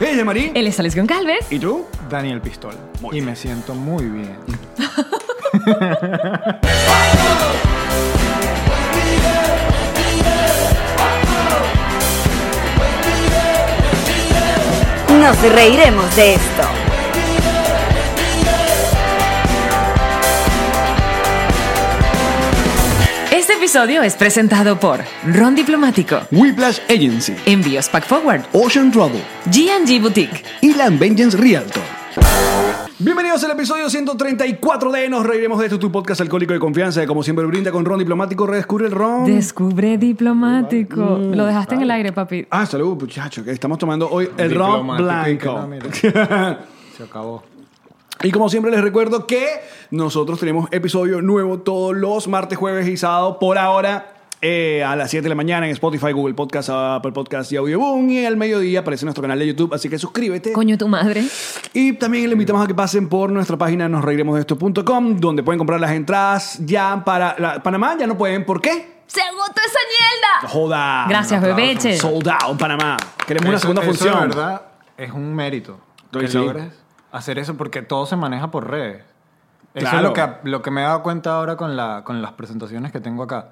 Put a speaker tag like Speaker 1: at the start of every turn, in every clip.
Speaker 1: Ella, Marí.
Speaker 2: Él es Alex Goncalves.
Speaker 1: Eh, ¿Y tú? Daniel Pistol.
Speaker 3: Muy
Speaker 1: y
Speaker 3: bien.
Speaker 1: me siento muy bien.
Speaker 4: Nos reiremos de esto.
Speaker 2: Este episodio es presentado por Ron Diplomático,
Speaker 3: Whiplash Agency,
Speaker 2: Envíos Pack Forward,
Speaker 3: Ocean Travel
Speaker 2: G&G Boutique.
Speaker 3: y Land Vengeance Realtor.
Speaker 1: Bienvenidos al episodio 134 de Nos Reiremos de esto, tu podcast alcohólico de confianza. que Como siempre, brinda con ron diplomático, redescubre el ron.
Speaker 2: Descubre Diplomático. Lo dejaste en el aire, papi.
Speaker 1: ah, salud, muchachos. que Estamos tomando hoy el ron blanco.
Speaker 3: Diplomático y
Speaker 1: Se acabó. Y como siempre les recuerdo que nosotros tenemos episodio nuevo todos los martes, jueves y sábado por ahora eh, a las 7 de la mañana en Spotify, Google Podcast, Apple Podcast y Audioboom y al mediodía aparece nuestro canal de YouTube, así que suscríbete.
Speaker 2: Coño, tu madre.
Speaker 1: Y también le invitamos a que pasen por nuestra página nosreiremosdeesto.com donde pueden comprar las entradas ya para la- Panamá, ya no pueden, ¿por qué?
Speaker 2: ¡Se agotó esa mierda!
Speaker 1: Joda.
Speaker 2: Gracias,
Speaker 1: Un aplauso.
Speaker 2: bebeche.
Speaker 1: Sold out Panamá. Queremos una
Speaker 5: Eso-
Speaker 1: segunda
Speaker 5: eso de
Speaker 1: función.
Speaker 5: verdad es un mérito
Speaker 1: Oye,
Speaker 5: que
Speaker 1: sí.
Speaker 5: logres hacer eso porque todo se maneja por redes. Eso
Speaker 1: Claro.
Speaker 5: es lo que, lo que me he dado cuenta ahora con, la, con las presentaciones que tengo acá.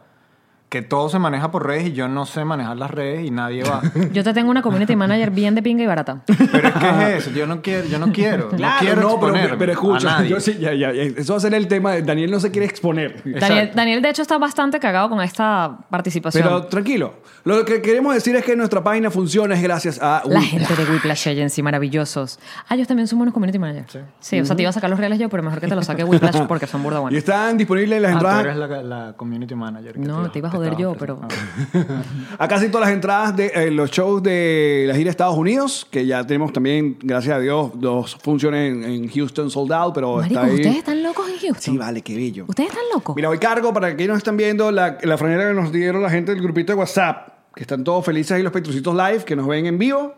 Speaker 5: Que todo se maneja por redes y yo no sé manejar las redes y nadie va.
Speaker 2: Yo te tengo una community manager bien de pinga y barata.
Speaker 5: pero es que es eso, yo no quiero, yo no quiero.
Speaker 1: Claro,
Speaker 5: no quiero
Speaker 1: no, pero-
Speaker 5: exponerme
Speaker 1: pero, escucha,
Speaker 5: a nadie. Ah,
Speaker 1: yo sí, ya, ya, ya, eso va a ser el tema. de- Daniel no se quiere exponer.
Speaker 2: Daniel,
Speaker 5: Exacto.
Speaker 2: Daniel, de hecho, está bastante cagado con esta participación.
Speaker 1: Pero tranquilo, lo que queremos decir es que nuestra página funciona es gracias a...
Speaker 2: La
Speaker 1: Uy,
Speaker 2: gente de Whiplash Agency, maravillosos. Ah, ellos también son buenos community managers. Sí, o sea, te iba a sacar los reales yo, pero mejor que te los saque Whiplash porque son burda
Speaker 1: Y
Speaker 2: buenos.
Speaker 1: están disponibles las
Speaker 5: Ah, tú
Speaker 1: entradas
Speaker 5: eres la, la community manager. que
Speaker 2: No, te iba a
Speaker 5: que
Speaker 2: joder
Speaker 5: estabas
Speaker 2: yo, pero-
Speaker 5: presentando.
Speaker 1: a casi todas las entradas de eh, los shows de la gira de Estados Unidos, que ya tenemos también, gracias a Dios, dos funciones en, en Houston sold out, pero
Speaker 2: Marico,
Speaker 1: está ahí.
Speaker 2: ¿ustedes están locos en Houston?
Speaker 1: Sí, vale, qué bello.
Speaker 2: ¿Ustedes están locos?
Speaker 1: Mira, hoy cargo para que nos están viendo la, la franela que nos dieron la gente del grupito de WhatsApp, que están todos felices ahí los Petrucitos Live, que nos ven en vivo.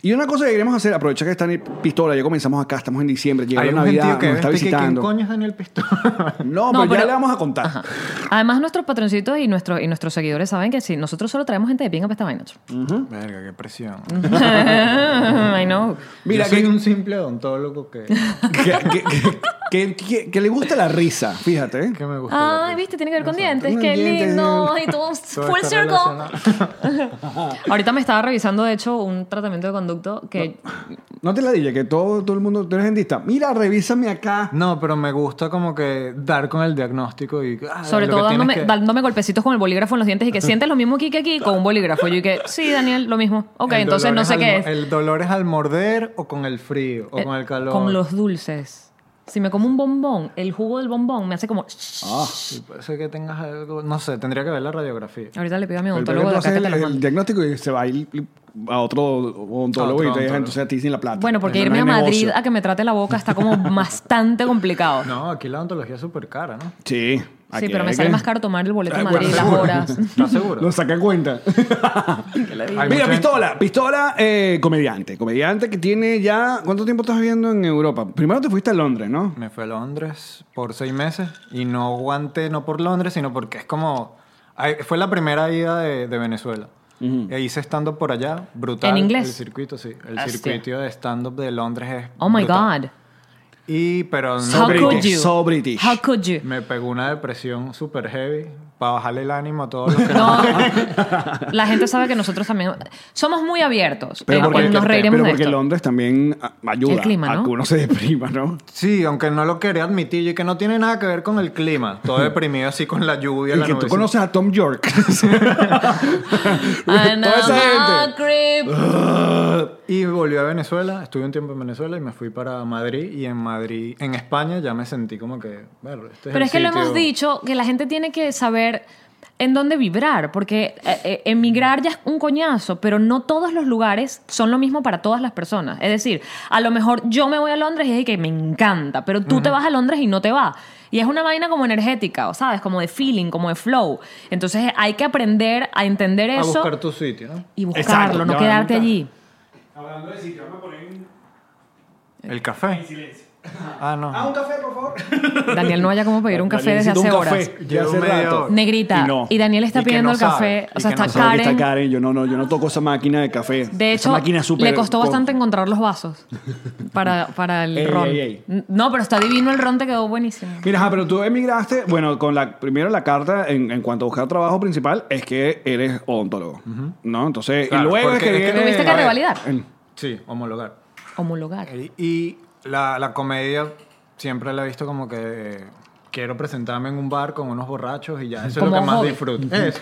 Speaker 1: Y una cosa que queremos hacer, aprovecha que están en pistola, ya comenzamos acá, estamos en diciembre, llega
Speaker 5: Hay
Speaker 1: la
Speaker 5: un gentío
Speaker 1: Navidad,
Speaker 5: que
Speaker 1: nos está
Speaker 5: vete que ¿Quién
Speaker 1: visitando.
Speaker 5: coño es Daniel Pistola?
Speaker 1: No,
Speaker 2: No,
Speaker 1: pero, ya
Speaker 2: pero-
Speaker 1: le vamos a contar.
Speaker 2: Ajá. Además, nuestros patroncitos y, nuestros y nuestros seguidores saben que si nosotros solo traemos gente de pinga pues para esta vaina.
Speaker 1: ¿Mm?
Speaker 5: Verga, qué presión.
Speaker 2: Mm. I know.
Speaker 1: Mira,
Speaker 5: Mira, soy
Speaker 1: que-
Speaker 5: un simple odontólogo que,
Speaker 1: que, que- que- que- que- que le gusta la risa, fíjate. ¿eh?
Speaker 5: que me gusta. la
Speaker 2: Ay,
Speaker 5: risa.
Speaker 2: viste, tiene que ver con
Speaker 1: Exacto.
Speaker 2: dientes. Qué
Speaker 1: Dientes,
Speaker 2: lindo. Y todo
Speaker 5: Todo
Speaker 2: full
Speaker 5: está
Speaker 2: circle.
Speaker 5: relacionado.
Speaker 2: Ahorita me estaba revisando, de hecho, un tratamiento de conducto que
Speaker 1: No te la dije, que todo, todo el mundo, tú eres dentista. Mira, revísame acá.
Speaker 5: No, pero me gusta como que dar con el diagnóstico y. ah,
Speaker 2: Sobre
Speaker 5: lo que
Speaker 2: todo
Speaker 5: tienes
Speaker 2: dándome,
Speaker 5: que-
Speaker 2: dándome golpecitos con el bolígrafo en los dientes y que sientes lo mismo aquí que aquí con un bolígrafo. Yo y que, sí, Daniel, lo mismo. Ok,
Speaker 5: el
Speaker 2: entonces
Speaker 5: dolor
Speaker 2: no
Speaker 5: es
Speaker 2: sé
Speaker 5: al
Speaker 2: qué
Speaker 5: mo-
Speaker 2: es. Eh,
Speaker 5: El dolor es al morder o con el frío o con el calor.
Speaker 2: Con los dulces. Si me como un bombón, el jugo del bombón me hace como...
Speaker 1: Ah,
Speaker 5: Sí, puede ser que tengas algo. No sé, tendría que ver la radiografía.
Speaker 2: Ahorita le pido a mi
Speaker 1: Pero el
Speaker 2: odontólogo de acá
Speaker 1: hace
Speaker 2: que te
Speaker 1: el,
Speaker 2: los
Speaker 1: el
Speaker 2: mande.
Speaker 1: diagnóstico y se va a ir a otro
Speaker 5: A
Speaker 1: odontólogo
Speaker 5: otro
Speaker 1: y te deja
Speaker 5: odontólogo.
Speaker 1: entonces a ti sin la plata.
Speaker 2: Bueno, porque
Speaker 1: No
Speaker 2: irme
Speaker 1: hay
Speaker 2: a Madrid
Speaker 1: negocio.
Speaker 2: a que me trate la boca está como bastante complicado.
Speaker 5: No, aquí la odontología es súper cara, ¿no?
Speaker 1: Sí.
Speaker 2: sí,
Speaker 1: aquí
Speaker 2: pero me
Speaker 1: hay
Speaker 2: sale
Speaker 1: que-
Speaker 2: más caro tomar el boleto a
Speaker 1: Ay,
Speaker 2: Madrid,
Speaker 1: bueno, seguro.
Speaker 2: las horas.
Speaker 5: ¿Estás seguro?
Speaker 1: Lo saca cuenta. Mira,
Speaker 5: Hay mucha-
Speaker 1: pistola, pistola, eh, comediante. Comediante que tiene ya. ¿Cuánto tiempo estás viviendo en Europa? Primero te fuiste a Londres, ¿no?
Speaker 5: Me fui a Londres por seis meses y no aguanté, no por Londres, sino porque es como. ay, Fue la primera ida de, de Venezuela. E hice stand-up por allá, brutal.
Speaker 2: ¿En inglés?
Speaker 5: El circuito, sí. El
Speaker 2: Hostia.
Speaker 5: circuito de stand-up de Londres es.
Speaker 2: Oh my
Speaker 5: brutal.
Speaker 2: God.
Speaker 5: Y, pero
Speaker 2: How
Speaker 5: no.
Speaker 1: British,
Speaker 2: could you?
Speaker 1: so British.
Speaker 2: How could you?
Speaker 5: Me pegó una depresión súper heavy para bajarle el ánimo a todos los que
Speaker 2: No, la gente sabe que nosotros también somos muy abiertos.
Speaker 1: Pero
Speaker 2: Eh,
Speaker 1: porque,
Speaker 2: nos reiremos
Speaker 1: pero
Speaker 2: de
Speaker 1: porque
Speaker 2: esto.
Speaker 1: Londres también ah, ayuda
Speaker 2: El clima,
Speaker 1: a
Speaker 2: ¿no?
Speaker 1: que uno se deprima, ¿no?
Speaker 5: Sí, aunque no lo quería admitir y que no tiene nada que ver con el clima. Todo deprimido así con la lluvia.
Speaker 1: Y
Speaker 5: la
Speaker 1: que tú
Speaker 5: nubecita.
Speaker 1: conoces a Tom York.
Speaker 2: And
Speaker 1: Toda esa
Speaker 2: I'm hungry.
Speaker 5: Y volví a Venezuela, estuve un tiempo en Venezuela y me fui para Madrid. Y en Madrid, en España, ya me sentí como que. Bueno, este
Speaker 2: Pero
Speaker 5: el
Speaker 2: es que lo
Speaker 5: sitio".
Speaker 2: hemos dicho, que la gente tiene que saber en dónde vibrar, porque eh, eh, emigrar ya es un coñazo, pero no todos los lugares son lo mismo para todas las personas. Es decir, a lo mejor yo me voy a Londres y es de que me encanta, pero tú te vas a Londres y no te va. Y es una vaina como energética, o ¿sabes? Como de feeling, como de flow. Entonces hay que aprender a entender
Speaker 5: A
Speaker 2: eso
Speaker 5: buscar tu sitio, ¿no?
Speaker 2: y buscarlo,
Speaker 1: Exacto,
Speaker 2: no
Speaker 1: ya,
Speaker 2: quedarte allí.
Speaker 5: El café. Ah, no.
Speaker 1: un café, por favor.
Speaker 2: Daniel no haya como pedir un café desde
Speaker 1: Necesito
Speaker 2: hace
Speaker 1: un café.
Speaker 2: horas.
Speaker 1: Ya
Speaker 5: Llevo
Speaker 1: hace
Speaker 5: media
Speaker 1: rato.
Speaker 5: hora.
Speaker 2: Negrita.
Speaker 1: Y no.
Speaker 2: Y Daniel está
Speaker 5: Y que
Speaker 2: pidiendo
Speaker 5: no
Speaker 2: el café.
Speaker 5: sabe.
Speaker 2: O
Speaker 5: Y
Speaker 2: sea,
Speaker 5: que
Speaker 2: está
Speaker 5: no
Speaker 1: Ahorita,
Speaker 2: Karen.
Speaker 1: Karen, yo no, no, yo no toco esa máquina de café.
Speaker 2: De
Speaker 1: Esa
Speaker 2: hecho,
Speaker 1: máquina súper-
Speaker 2: le costó
Speaker 1: con-
Speaker 2: bastante encontrar los vasos para, para el
Speaker 1: Ey,
Speaker 2: ron.
Speaker 1: ey, ey.
Speaker 2: N- No, pero está divino el ron, te quedó buenísimo.
Speaker 1: Mira, ajá, pero tú emigraste, bueno, con la primero la carta en, en cuanto a buscar trabajo principal es que eres odontólogo, ¿no? Entonces,
Speaker 5: Claro,
Speaker 1: y luego es
Speaker 5: porque
Speaker 1: que
Speaker 5: es que
Speaker 1: viene-
Speaker 2: Tuviste
Speaker 5: Eh,
Speaker 2: que
Speaker 5: a ver.
Speaker 2: revalidar,
Speaker 1: en-
Speaker 5: Sí, homologar.
Speaker 2: homologar.
Speaker 5: Eh, Y la, la comedia siempre la he visto como que eh, quiero presentarme en un bar con unos borrachos y ya, eso
Speaker 2: Como
Speaker 5: es lo que más
Speaker 2: hobby.
Speaker 5: disfruto. Eso.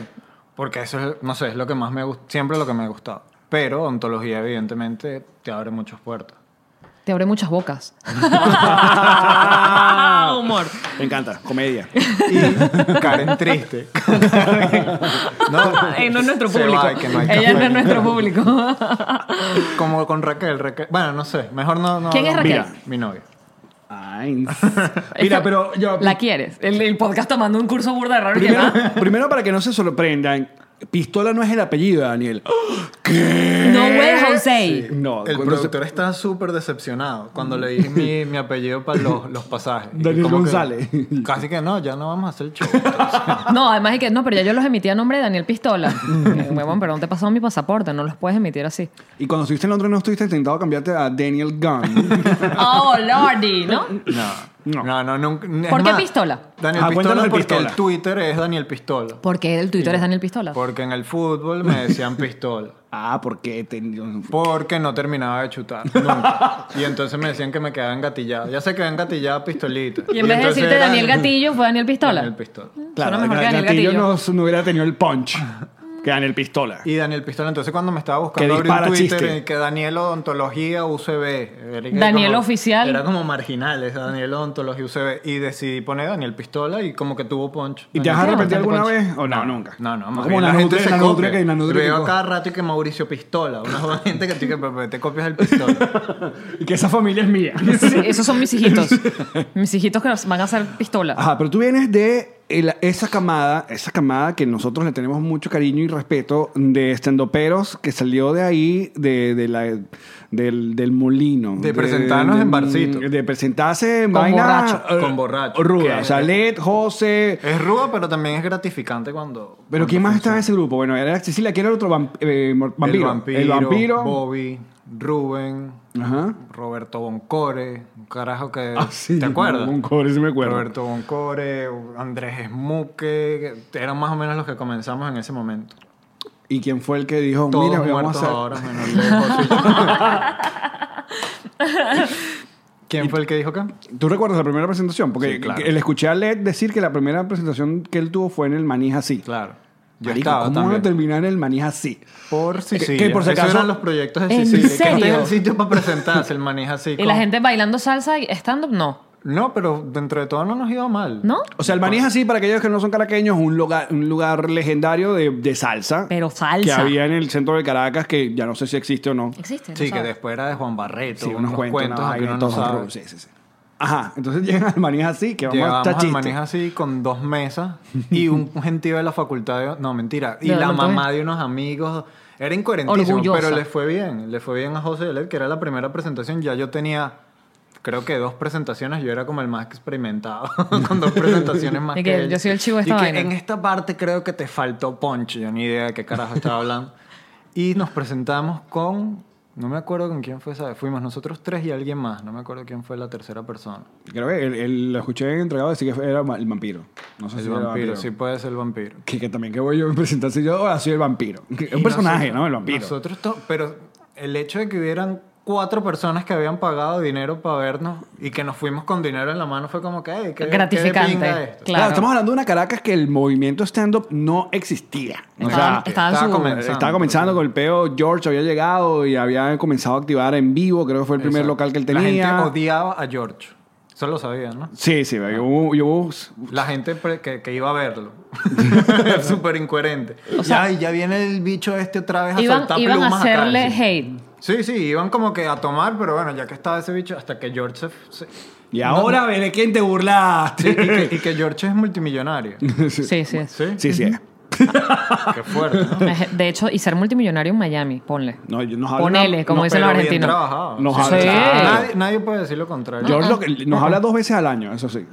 Speaker 5: Porque eso es, no sé, es lo que más me gusta, siempre lo que me ha gustado. Pero ontología, evidentemente, te abre muchas puertas.
Speaker 2: Te abre muchas bocas. Humor.
Speaker 1: Me encanta, comedia.
Speaker 5: Y Karen triste.
Speaker 2: Ey, no es nuestro
Speaker 5: se
Speaker 2: público.
Speaker 5: va, que no hay
Speaker 2: Ella no
Speaker 5: café.
Speaker 2: es nuestro público.
Speaker 5: Como con Raquel, Raquel. Bueno, no sé, mejor no. no
Speaker 2: ¿Quién es
Speaker 5: hablamos.
Speaker 1: Raquel?
Speaker 5: Mi novia.
Speaker 1: Ay. Mira, pero yo
Speaker 2: La quieres. El, el podcast tomando un curso burda de raro. que
Speaker 1: primero,
Speaker 2: nada.
Speaker 1: primero para que no se sorprendan, pistola no es el apellido, Daniel.
Speaker 2: No way, Jose.
Speaker 1: No,
Speaker 5: El
Speaker 1: cuando se-
Speaker 5: productor está súper decepcionado cuando le dije mi, mi apellido para los, los pasajes. Y
Speaker 1: Daniel
Speaker 5: como que-
Speaker 1: González.
Speaker 5: casi que no, ya no vamos a hacer el show.
Speaker 2: No, además es que no, pero ya yo los emití a nombre de Daniel Pistola. Eh, Huevón, pero no te pasó mi pasaporte, no los puedes emitir así.
Speaker 1: Y cuando estuviste en Londres no estuviste intentado cambiarte a Daniel Gunn.
Speaker 2: Oh, Lordy, ¿no?
Speaker 5: No,
Speaker 1: No.
Speaker 5: no, no. nunca, es
Speaker 2: ¿Por qué
Speaker 5: más,
Speaker 2: pistola?
Speaker 5: Daniel
Speaker 1: Ah,
Speaker 5: Pistola
Speaker 1: cuéntanos el
Speaker 5: porque
Speaker 1: pistola.
Speaker 5: el Twitter es Daniel Pistola.
Speaker 2: Porque el Twitter es Daniel Pistola.
Speaker 5: Porque en el fútbol me decían pistola.
Speaker 1: ah, porque ten-
Speaker 5: Porque no terminaba de chutar nunca. Y entonces me decían que me quedaba engatillado. Ya se quedó engatillado pistolita.
Speaker 2: Y en vez de
Speaker 5: entonces
Speaker 2: decirte
Speaker 5: era
Speaker 2: Daniel Gatillo, fue Daniel Pistola.
Speaker 5: Daniel Pistola.
Speaker 1: Claro,
Speaker 2: mejor que
Speaker 1: Daniel
Speaker 2: Daniel
Speaker 1: Gatillo
Speaker 2: Gatillo.
Speaker 1: no, no hubiera tenido el punch que Daniel Pistola.
Speaker 5: Y Daniel Pistola, entonces cuando me estaba
Speaker 1: Que
Speaker 5: buscando abrir
Speaker 1: dispara
Speaker 5: Twitter,
Speaker 1: chiste.
Speaker 5: eh, que Daniel Odontología UCB. era que
Speaker 2: Daniel Oficial.
Speaker 5: Era como marginal ese Daniel Odontología UCB. Y decidí poner Daniel Pistola y como que tuvo punch.
Speaker 1: ¿Y te has
Speaker 5: Daniel
Speaker 1: arrepentido
Speaker 2: bastante
Speaker 1: alguna
Speaker 2: concha.
Speaker 1: vez? ¿O no, nunca?
Speaker 5: No, no, más
Speaker 1: Como
Speaker 5: bien
Speaker 1: la,
Speaker 5: la gente
Speaker 1: nutria,
Speaker 5: se
Speaker 1: la nutria
Speaker 5: copia.
Speaker 1: que la nutria que
Speaker 5: Veo
Speaker 1: coge.
Speaker 5: cada rato y que Mauricio Pistola. Una joven gente que te, que pe- te copias el Pistola.
Speaker 1: Y que esa familia es mía.
Speaker 2: Sí, esos son mis hijitos. Mis hijitos que van a hacer pistola.
Speaker 1: Ajá, pero tú vienes de el- esa camada, esa camada que nosotros le tenemos mucho cariño y respeto de estandoperos que salió de ahí, de, de la, del, del molino.
Speaker 5: De presentarnos en barcito.
Speaker 1: De presentarse en
Speaker 2: Con
Speaker 1: vaina,
Speaker 2: borracho.
Speaker 1: eh,
Speaker 5: Con borracho.
Speaker 1: Ruda.
Speaker 5: Que-
Speaker 1: O sea, Led, José.
Speaker 5: es rudo, pero también es gratificante cuando.
Speaker 1: Pero
Speaker 5: cuando
Speaker 1: ¿quién más estaba
Speaker 5: funciona.
Speaker 1: en ese grupo? Bueno, era Cecilia, ¿quién era el otro vamp- eh, mor- vampiro?
Speaker 5: El vampiro.
Speaker 1: El vampiro.
Speaker 5: Bobby, Rubén,
Speaker 1: Ajá.
Speaker 5: Roberto Boncore. Un carajo que.
Speaker 1: Ah, sí,
Speaker 5: ¿Te acuerdas?
Speaker 1: Un cobre, sí me acuerdo.
Speaker 5: Roberto Boncore, Andrés Esmuque, que eran más o menos los que comenzamos en ese momento.
Speaker 1: ¿Y quién fue el que dijo,
Speaker 5: Todos
Speaker 1: Pues mira, vamos a
Speaker 5: muertos
Speaker 1: hacer...
Speaker 5: ahora, menos lejos. ¿Quién fue el que dijo qué?
Speaker 1: ¿Tú recuerdas la primera presentación? Porque
Speaker 5: Sí, claro.
Speaker 1: el escuché a Led decir que la primera presentación que él tuvo fue en el Manija así.
Speaker 5: Claro. Yo
Speaker 1: Marico,
Speaker 5: estaba
Speaker 1: ¿Cómo van a
Speaker 5: también.
Speaker 1: terminar en el Manija así?
Speaker 5: Por Sicilia.
Speaker 1: que por si
Speaker 5: Esos
Speaker 1: acaso-
Speaker 5: eran los proyectos de
Speaker 2: ¿En
Speaker 5: Sicilia. que
Speaker 2: serio?
Speaker 5: Este es el sitio para presentarse, el manija así.
Speaker 2: Y la gente bailando salsa y stand-up, no.
Speaker 5: No, pero dentro de todo no nos iba mal.
Speaker 2: ¿No?
Speaker 1: O sea, el Manija así, para aquellos que no son caraqueños, es un lugar, un lugar legendario de, de salsa.
Speaker 2: Pero salsa.
Speaker 1: Que había en el centro de Caracas, que ya no sé si existe o no.
Speaker 2: Existe. no
Speaker 5: Sí, que
Speaker 2: sabes.
Speaker 5: después era de Juan Barreto.
Speaker 1: Sí, unos cuentos,
Speaker 5: cuentos
Speaker 1: una
Speaker 5: aunque
Speaker 1: vaina,
Speaker 5: uno no
Speaker 1: todos
Speaker 5: sabe.
Speaker 1: horrorosos. Sí, sí, sí. Ajá, entonces llegan al Manija así, que vamos
Speaker 5: Llegábamos
Speaker 1: a echar
Speaker 5: al
Speaker 1: chistes.
Speaker 5: manejo así con dos mesas y un gentío de la facultad. de- no, mentira. Y
Speaker 2: De
Speaker 5: la
Speaker 2: Alberto
Speaker 5: mamá de unos amigos. Era incoherentísimo,
Speaker 2: Orgullosa.
Speaker 5: pero le fue bien. Le fue bien a José Delet, que era la primera presentación. Ya yo tenía, creo que dos presentaciones. Yo era como el más experimentado, con dos presentaciones más
Speaker 2: Y
Speaker 5: que,
Speaker 2: que
Speaker 5: él.
Speaker 2: yo soy el chivo de
Speaker 5: Y
Speaker 2: esta
Speaker 5: que
Speaker 2: vaina.
Speaker 5: En esta parte creo que te faltó poncho. Yo ni idea de qué carajo estaba hablando. Y nos presentamos con... No me acuerdo con quién fue esa vez. Fuimos nosotros tres y alguien más. No me acuerdo quién fue la tercera persona.
Speaker 1: Creo que el, el- lo escuché en entregado decir que fue- era el vampiro. No sé
Speaker 5: El
Speaker 1: si era
Speaker 5: vampiro, sí puede ser el vampiro.
Speaker 1: Que, que también que voy yo a presentarse yo, ahora soy el vampiro. Que Es un
Speaker 5: Y
Speaker 1: personaje,
Speaker 5: nosotros-
Speaker 1: ¿no? El vampiro.
Speaker 5: Nosotros to- pero el hecho de que hubieran cuatro personas que habían pagado dinero para vernos y que nos fuimos con dinero en la mano fue como que, "Ey, qué- qué de
Speaker 2: Gratificante,
Speaker 5: pinga esto".
Speaker 2: claro.
Speaker 1: Claro, estamos hablando de una Caracas que el movimiento stand-up no existía. O sea,
Speaker 2: Estaba-
Speaker 1: eh,
Speaker 2: estaba en
Speaker 5: estaba
Speaker 2: su-
Speaker 5: comenzando.
Speaker 1: estaba comenzando con el peo. George había llegado y había comenzado a activar en vivo. Creo que fue el primer
Speaker 5: Exacto.
Speaker 1: local que él
Speaker 5: La
Speaker 1: tenía.
Speaker 5: gente odiaba a George. Eso lo sabían, ¿no?
Speaker 1: sí, sí, yo, yo-
Speaker 5: La gente pre- que, que iba a verlo. Súper incoherente. O sea, ya viene el bicho este otra vez a
Speaker 2: Iban,
Speaker 5: soltar
Speaker 2: iban a
Speaker 5: plumas acá",
Speaker 2: hacerle
Speaker 5: decía.
Speaker 2: hate.
Speaker 5: Sí, sí, iban como que a tomar, pero bueno, ya que estaba ese bicho, hasta que George se... se-
Speaker 1: Y ahora veré quién te burlaste.
Speaker 5: y, que, y que George es multimillonario.
Speaker 2: Sí, sí.
Speaker 5: ¿Sí?
Speaker 1: sí, sí. es.
Speaker 5: Qué fuerte, ¿no?
Speaker 2: De hecho, y ser multimillonario en Miami, ponle.
Speaker 1: No, yo- nos habla-
Speaker 2: Ponele, como
Speaker 5: No,
Speaker 2: dicen
Speaker 5: pero
Speaker 2: los
Speaker 5: bien
Speaker 2: argentinos.
Speaker 5: trabajado.
Speaker 1: Nos
Speaker 5: Sí.
Speaker 1: habla-
Speaker 5: O sea,
Speaker 2: Sí.
Speaker 5: nadie, nadie puede decir lo contrario. Ah,
Speaker 1: George lo que- nos habla dos veces al año, eso sí.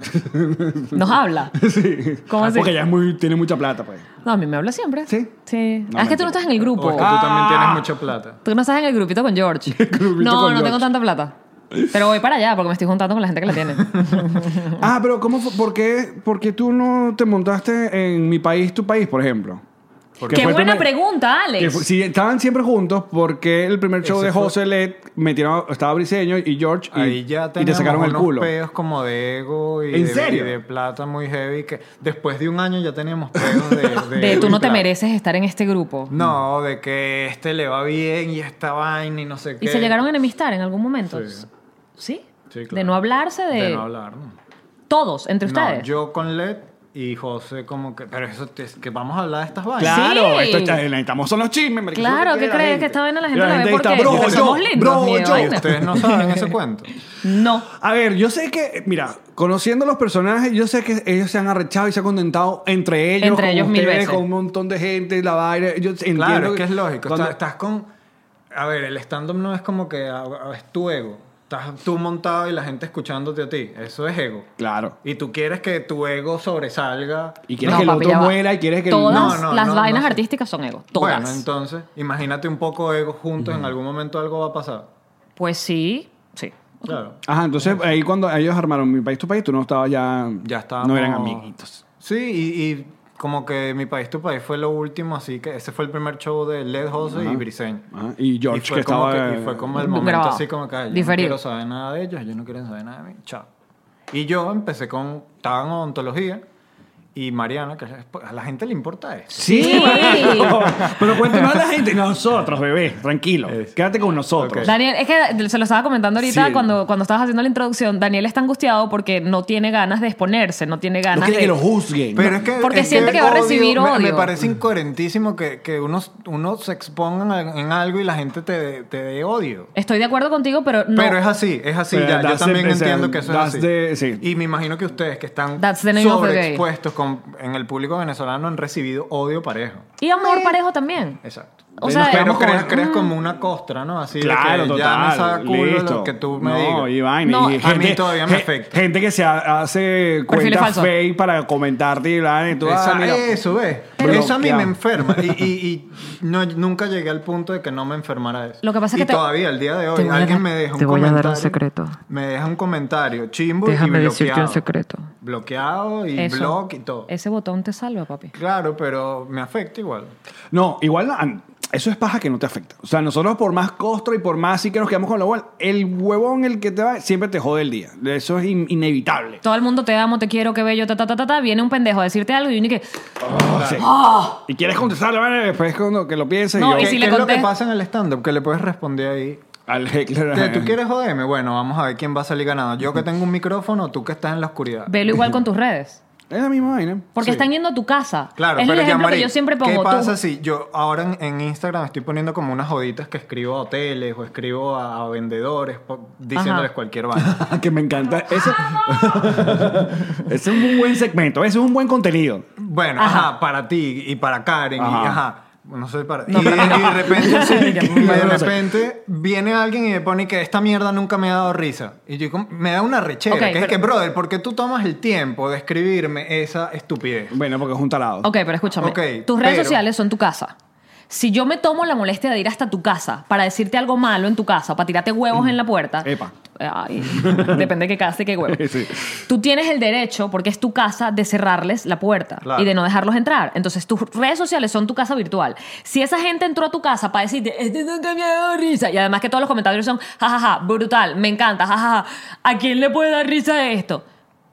Speaker 2: Nos habla.
Speaker 1: sí. Ah,
Speaker 2: ¿Cómo así?
Speaker 1: Porque ella es muy, tiene mucha plata, pues.
Speaker 2: No, a mí me habla siempre.
Speaker 1: ¿Sí?
Speaker 2: Sí.
Speaker 1: No,
Speaker 2: Ah, es que
Speaker 1: mentira. Oh,
Speaker 2: tú no estás en el
Speaker 5: O
Speaker 2: grupo.
Speaker 5: es que tú también tienes mucha plata.
Speaker 2: Tú no estás en el grupito con George.
Speaker 1: grupito
Speaker 2: no,
Speaker 1: con
Speaker 2: no tengo
Speaker 1: George.
Speaker 2: tanta plata. Pero voy para allá porque me estoy juntando con la gente que la tiene.
Speaker 1: Ah, pero ¿cómo fue- por, qué, ¿por qué tú no te montaste en mi país, tu país, por ejemplo?
Speaker 5: Porque
Speaker 1: Que
Speaker 2: ¡Qué
Speaker 1: fue el
Speaker 2: buena
Speaker 1: primer-
Speaker 2: pregunta, Alex!
Speaker 1: Que fue- si estaban siempre juntos, porque el primer show
Speaker 5: Ese
Speaker 1: de
Speaker 5: fue-
Speaker 1: José Led metieron, estaba Briseño y George y,
Speaker 5: Ahí ya
Speaker 1: y te
Speaker 5: tenemos
Speaker 1: sacaron el
Speaker 5: unos
Speaker 1: culo.
Speaker 5: peos como de ego y,
Speaker 1: ¿En
Speaker 5: de,
Speaker 1: serio?
Speaker 5: y de plata muy heavy. que Después de un año ya teníamos peos de...
Speaker 2: De tú no te
Speaker 5: plata.
Speaker 2: mereces estar en este grupo.
Speaker 5: Este, No, de que este le va bien y esta vaina y no sé qué.
Speaker 2: ¿Y se llegaron a enemistar en algún momento?
Speaker 5: Sí.
Speaker 2: ¿Sí?
Speaker 5: Sí,
Speaker 2: De
Speaker 5: claro.
Speaker 2: no hablarse de...
Speaker 5: De no hablar, ¿no?
Speaker 2: Todos, entre ustedes.
Speaker 5: No, yo con LED y José como que... Pero eso, te- que vamos a hablar de estas vainas.
Speaker 1: Claro,
Speaker 2: Sí.
Speaker 1: esto está, necesitamos son los chismes. marica.
Speaker 2: Claro,
Speaker 1: Eso
Speaker 2: ¿qué
Speaker 1: quiere la
Speaker 2: crees?
Speaker 1: gente.
Speaker 2: Que esta vaina la gente
Speaker 1: Y
Speaker 2: la ve
Speaker 1: está,
Speaker 2: porque-
Speaker 1: "Bro,
Speaker 2: porque somos
Speaker 1: yo,
Speaker 2: lindos,
Speaker 1: bro,
Speaker 2: mi
Speaker 1: yo".
Speaker 2: vaina.
Speaker 5: Ustedes no saben ese cuento.
Speaker 2: No.
Speaker 1: A ver, yo sé que, mira, conociendo los personajes, yo sé que ellos se han arrechado y se han contentado entre ellos,
Speaker 2: Entre
Speaker 1: con
Speaker 2: ellos mil
Speaker 1: ustedes,
Speaker 2: veces.
Speaker 1: con un montón de gente, la vaina. Yo entiendo
Speaker 5: Claro, es que es lógico.
Speaker 1: cuando-
Speaker 5: Estás, estás con... A ver, el stand-up no es como que a- a- es tu ego. Estás tú montado y la gente escuchándote a ti. Eso es ego.
Speaker 1: Claro.
Speaker 5: Y tú quieres que tu ego sobresalga.
Speaker 1: Y quieres
Speaker 2: No,
Speaker 1: que el
Speaker 2: papi,
Speaker 1: otro
Speaker 2: ya va.
Speaker 1: muera y quieres que el-
Speaker 2: Todas
Speaker 5: No, no,
Speaker 2: las
Speaker 5: no,
Speaker 2: vainas
Speaker 5: no.
Speaker 2: artísticas son ego. Todas.
Speaker 5: Bueno, entonces, imagínate un poco de ego juntos. En algún momento algo va a pasar.
Speaker 2: Pues sí, sí.
Speaker 5: Claro.
Speaker 1: Ajá, entonces ahí cuando ellos armaron Mi País, Tu País, tú no estabas ya...
Speaker 5: Ya estábamos...
Speaker 1: No eran amiguitos.
Speaker 5: Sí, y, y como que Mi País, Tu País fue lo último. Así que ese fue el primer show de Led, José y Briseño.
Speaker 1: Ajá, Y George,
Speaker 5: y fue
Speaker 1: que
Speaker 5: como
Speaker 1: estaba...
Speaker 5: que- y fue como el momento
Speaker 2: grabado,
Speaker 5: así como que "Ay, yo
Speaker 2: diferido".
Speaker 5: no quiero saber nada de ellos, ellos no quieren saber nada de mí. Chao. Y yo empecé con... Estaba en odontología y Mariana, que es- a la gente le importa esto.
Speaker 1: Sí, pero cuéntanos a la gente. Nosotros, bebé, tranquilo.
Speaker 5: Es-
Speaker 1: Quédate con nosotros.
Speaker 5: Ok.
Speaker 2: Daniel, es que se lo estaba comentando ahorita
Speaker 1: Eh. Sí.
Speaker 2: cuando, cuando estabas haciendo la introducción. Daniel está angustiado porque no tiene ganas de exponerse, no tiene
Speaker 1: No
Speaker 2: ganas
Speaker 1: quiere
Speaker 2: de.
Speaker 1: que lo juzguen.
Speaker 5: Pero es que,
Speaker 2: Porque
Speaker 5: es
Speaker 2: siente que va a recibir
Speaker 5: me- Me,
Speaker 2: odio.
Speaker 5: parece incoherentísimo que, que unos, unos se expongan a- en algo y la gente te, te dé odio.
Speaker 2: Estoy de acuerdo contigo, pero no.
Speaker 5: Pero es así, es así.
Speaker 1: Pero
Speaker 5: ya, yo
Speaker 1: that's
Speaker 5: también
Speaker 1: the-
Speaker 5: entiendo que eso es
Speaker 1: that's
Speaker 5: así.
Speaker 1: the- sí.
Speaker 5: Y me imagino que ustedes que están
Speaker 2: That's the name of the game.
Speaker 5: sobreexpuestos con- en el público venezolano han recibido odio parejo.
Speaker 2: Y amor parejo también.
Speaker 5: Exacto.
Speaker 2: O sea,
Speaker 5: pero
Speaker 2: digamos
Speaker 5: crees,
Speaker 2: como-
Speaker 5: crees
Speaker 2: mm.
Speaker 5: como una costra, ¿no? Así de
Speaker 1: Claro,
Speaker 5: que
Speaker 1: total.
Speaker 5: ya me saca culo
Speaker 1: listo.
Speaker 5: lo que tú me
Speaker 1: no,
Speaker 5: digas.
Speaker 1: y vaina,
Speaker 2: No,
Speaker 1: y
Speaker 2: a
Speaker 1: gente-
Speaker 5: mí todavía me
Speaker 1: ge-
Speaker 5: afecta.
Speaker 1: Gente que se ha- hace cuentas
Speaker 2: Perfiles falsos.
Speaker 1: fake para comentarte y la y tú, ah,
Speaker 5: Esa-
Speaker 1: mira.
Speaker 5: eso, ¿ves?
Speaker 1: Pero-
Speaker 5: eso a mí
Speaker 1: Bloqueado.
Speaker 5: me enferma. Y, y- y no- nunca llegué al punto de que no me enfermara eso.
Speaker 2: Lo que pasa es
Speaker 5: y
Speaker 2: que te-
Speaker 5: todavía, al día de hoy,
Speaker 2: te voy a dar-
Speaker 5: alguien me deja un
Speaker 2: te voy a dar un
Speaker 5: comentario.
Speaker 2: secreto.
Speaker 5: Me deja un comentario chimbo
Speaker 2: Déjame
Speaker 5: y bloqueado.
Speaker 2: decirte un secreto.
Speaker 5: Bloqueado y
Speaker 2: Eso.
Speaker 5: block y todo.
Speaker 2: Ese botón te salva, papi.
Speaker 5: Claro, pero me afecta igual.
Speaker 1: No, igual no, an- eso es paja que no te afecta. O sea, nosotros por más costro y por más sí que nos quedamos con lo bueno, el huevón el que te va siempre te jode el día. Eso es in- inevitable.
Speaker 2: Todo el mundo te amo, te quiero, qué bello, ta, ta, ta, ta, ta. Viene un pendejo a decirte algo y uno y que.
Speaker 1: Sí. Y quieres contestarle, vale, después cuando que lo pienses
Speaker 2: Ah. No,
Speaker 1: yo-
Speaker 2: y
Speaker 5: ¿Qué,
Speaker 2: si
Speaker 5: qué
Speaker 2: le
Speaker 5: es lo que
Speaker 2: conté-
Speaker 5: pasa en el stand-up? Que le puedes responder ahí.
Speaker 1: al eh, heckler.
Speaker 5: Te- ¿Tú quieres joderme? Bueno, vamos a ver quién va a salir ganado. Yo que tengo un micrófono, tú que estás en la oscuridad.
Speaker 2: Velo igual con tus redes.
Speaker 1: Es la misma vaina.
Speaker 2: Porque están yendo a tu casa.
Speaker 5: Claro,
Speaker 2: es
Speaker 5: pero
Speaker 2: el ejemplo
Speaker 5: Yamari,
Speaker 2: que yo siempre pongo.
Speaker 5: ¿Qué
Speaker 2: Tú-
Speaker 5: pasa si yo ahora en, en Instagram estoy poniendo como unas joditas que escribo a hoteles o escribo a, a vendedores po- diciéndoles
Speaker 2: Ajá.
Speaker 5: cualquier vaina?
Speaker 1: Ah, que me encanta. Eso, Ese es un buen segmento, ese es un buen contenido.
Speaker 5: bueno, ajá. para ti y para Karen y
Speaker 1: Ajá.
Speaker 5: ajá. No sé, para...
Speaker 2: No,
Speaker 5: y,
Speaker 2: pero-
Speaker 5: y de repente, sí, y de
Speaker 1: No, no sé.
Speaker 5: repente viene alguien y me pone que esta mierda nunca me ha dado risa. Y yo como- me da una rechera.
Speaker 2: Ok,
Speaker 5: que es
Speaker 2: pero-
Speaker 5: que, brother, ¿por qué tú tomas el tiempo de escribirme esa estupidez?
Speaker 1: Bueno, porque es un talado.
Speaker 2: Ok, pero escúchame.
Speaker 5: Ok,
Speaker 2: Tus redes
Speaker 5: pero-
Speaker 2: sociales son tu casa. Si yo me tomo la molestia de ir hasta tu casa para decirte algo malo en tu casa, para tirarte huevos en la puerta.
Speaker 1: Epa.
Speaker 2: Ay, depende de qué casa y qué huevo.
Speaker 1: Sí.
Speaker 2: Tú tienes el derecho, porque es tu casa, de cerrarles la puerta
Speaker 5: Claro.
Speaker 2: y de no dejarlos entrar. Entonces, tus redes sociales son tu casa virtual. Si esa gente entró a tu casa para decirte, este nunca me ha dado risa, y además que todos los comentarios son, jajaja, brutal, me encanta, jajaja, ¿a quién le puede dar risa de esto?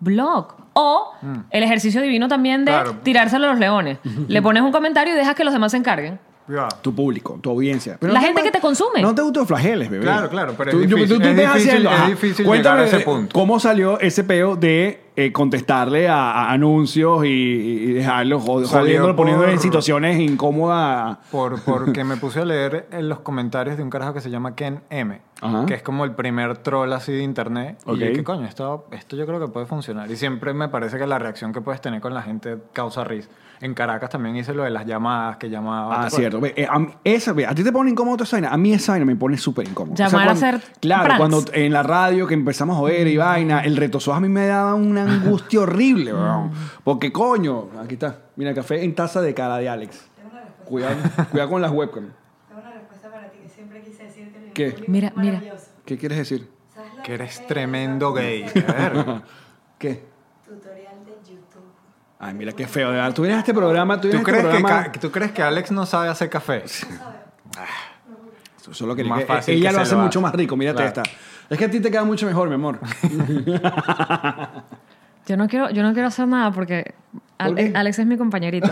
Speaker 2: Blog. O
Speaker 5: Mm.
Speaker 2: el ejercicio divino también de
Speaker 5: Claro.
Speaker 2: tirárselo a los leones. Le pones un comentario y dejas que los demás se encarguen.
Speaker 5: Ya.
Speaker 1: Tu público, tu audiencia. Pero
Speaker 2: La
Speaker 1: no
Speaker 2: gente
Speaker 1: ma-
Speaker 2: que te consume.
Speaker 1: No te autoflageles, bebé.
Speaker 5: Claro, claro, pero es
Speaker 1: yo-
Speaker 5: difícil, es
Speaker 1: ves
Speaker 5: difícil-
Speaker 1: haciendo,
Speaker 5: es
Speaker 1: ajá.
Speaker 5: difícil
Speaker 1: Cuéntame
Speaker 5: llegar a ese punto.
Speaker 1: ¿Cómo salió ese peo de eh, contestarle a, a anuncios y, y dejarlo jod-
Speaker 5: Salió
Speaker 1: jodiéndolo,
Speaker 5: por-
Speaker 1: poniéndolo en situaciones incómodas.
Speaker 5: Por, porque me puse a leer en los comentarios de un carajo que se llama Ken M,
Speaker 1: Ajá.
Speaker 5: que es como el primer troll así de internet.
Speaker 1: Ok.
Speaker 5: Y yo, ¿qué coño? Esto, esto yo creo que puede funcionar. Y siempre me parece que la reacción que puedes tener con la gente causa risa. En Caracas también hice lo de las llamadas que llamaba. ¿te
Speaker 1: Ah,
Speaker 5: acuerdas?
Speaker 1: cierto. Ve, eh, a, mí- esa, ve, a ti te pone incómodo toda esa vaina. A mí esa vaina me pone súper incómodo.
Speaker 2: Llamar a
Speaker 1: cuando-
Speaker 2: hacer
Speaker 1: Claro,
Speaker 2: pranks. Mm.
Speaker 1: cuando en la radio que empezamos a joder y vaina, el retozo a mí me daba una angustia horrible, weón. Porque coño, aquí está. Mira, café en taza de cara de Alex. Cuidado, cuidado con las webcam.
Speaker 6: Tengo una respuesta para ti que siempre quise decirte. en el
Speaker 1: ¿Qué?
Speaker 6: público.
Speaker 2: Mira, mira.
Speaker 6: Maravilloso.
Speaker 1: ¿Qué quieres decir?
Speaker 6: ¿Sabes lo
Speaker 5: Que eres
Speaker 6: es?
Speaker 5: tremendo gay. A ver,
Speaker 1: ¿Qué?
Speaker 6: Tutorial de YouTube.
Speaker 1: Ay, mira qué feo de verdad. Tú vienes a este programa, tú
Speaker 5: ¿tú
Speaker 1: vienes a
Speaker 5: crees,
Speaker 1: este
Speaker 5: que,
Speaker 1: programa.
Speaker 5: ca- ¿Tú crees que Alex no sabe hacer café?
Speaker 1: Solo quería
Speaker 5: Más
Speaker 1: que-
Speaker 5: fácil
Speaker 1: ella
Speaker 5: que
Speaker 1: lo
Speaker 5: se
Speaker 1: hace
Speaker 5: lo
Speaker 1: mucho
Speaker 5: haga.
Speaker 1: más rico, mírate
Speaker 5: Claro.
Speaker 1: esta. Es que a ti te queda mucho mejor, mi amor.
Speaker 2: Yo no quiero, yo no quiero hacer nada porque Al-
Speaker 1: ¿Por qué?
Speaker 2: Alex es mi compañerito.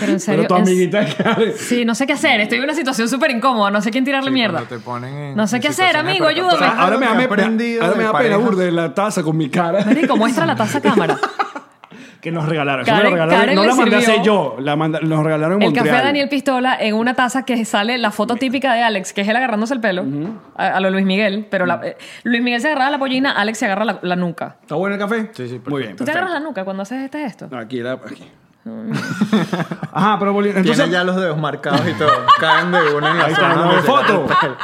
Speaker 2: Pero en serio.
Speaker 1: Pero tu
Speaker 2: es-
Speaker 1: amiguita
Speaker 2: Sí, no sé qué hacer. Estoy en una situación súper incómoda. No sé quién tirarle
Speaker 5: Sí,
Speaker 2: mierda.
Speaker 5: cuando te ponen en-
Speaker 2: No sé
Speaker 5: en
Speaker 2: qué hacer,
Speaker 5: situaciones
Speaker 2: amigo,
Speaker 5: perca-
Speaker 2: ayúdame.
Speaker 5: ¿Sabes
Speaker 1: Ahora
Speaker 5: algo
Speaker 1: me
Speaker 5: que
Speaker 1: da, me-
Speaker 5: aprendido
Speaker 1: ahora
Speaker 5: de
Speaker 1: me da pena
Speaker 5: parejas?
Speaker 1: burde la taza con mi cara.
Speaker 2: Marico, muestra la taza a cámara.
Speaker 1: Que nos regalaron. Eso
Speaker 2: Karen-
Speaker 1: me lo regalaron.
Speaker 2: Karen
Speaker 1: no
Speaker 2: le
Speaker 1: la mandé a
Speaker 2: sirvió
Speaker 1: hacer yo, la manda- nos regalaron en
Speaker 2: El
Speaker 1: Montreal.
Speaker 2: café de Daniel Pistola en una taza que sale la foto típica de Alex, que es él agarrándose el pelo a, a lo Luis Miguel. Pero la- eh, Luis Miguel se agarraba la pollina, Alex se agarra la, la nuca.
Speaker 1: ¿Está bueno el café?
Speaker 5: Sí, sí, perfecto.
Speaker 1: Muy bien.
Speaker 2: ¿Tú te
Speaker 1: perfecto.
Speaker 2: agarras la nuca cuando haces este gesto?
Speaker 1: No, aquí, la, aquí. Ajá, pero volviendo-
Speaker 5: Tiene
Speaker 1: entonces
Speaker 5: ya los dedos marcados y todo. Caen de una en la
Speaker 1: Ahí está,
Speaker 5: zona
Speaker 1: no,
Speaker 5: donde
Speaker 1: foto.
Speaker 5: se corta el pelo.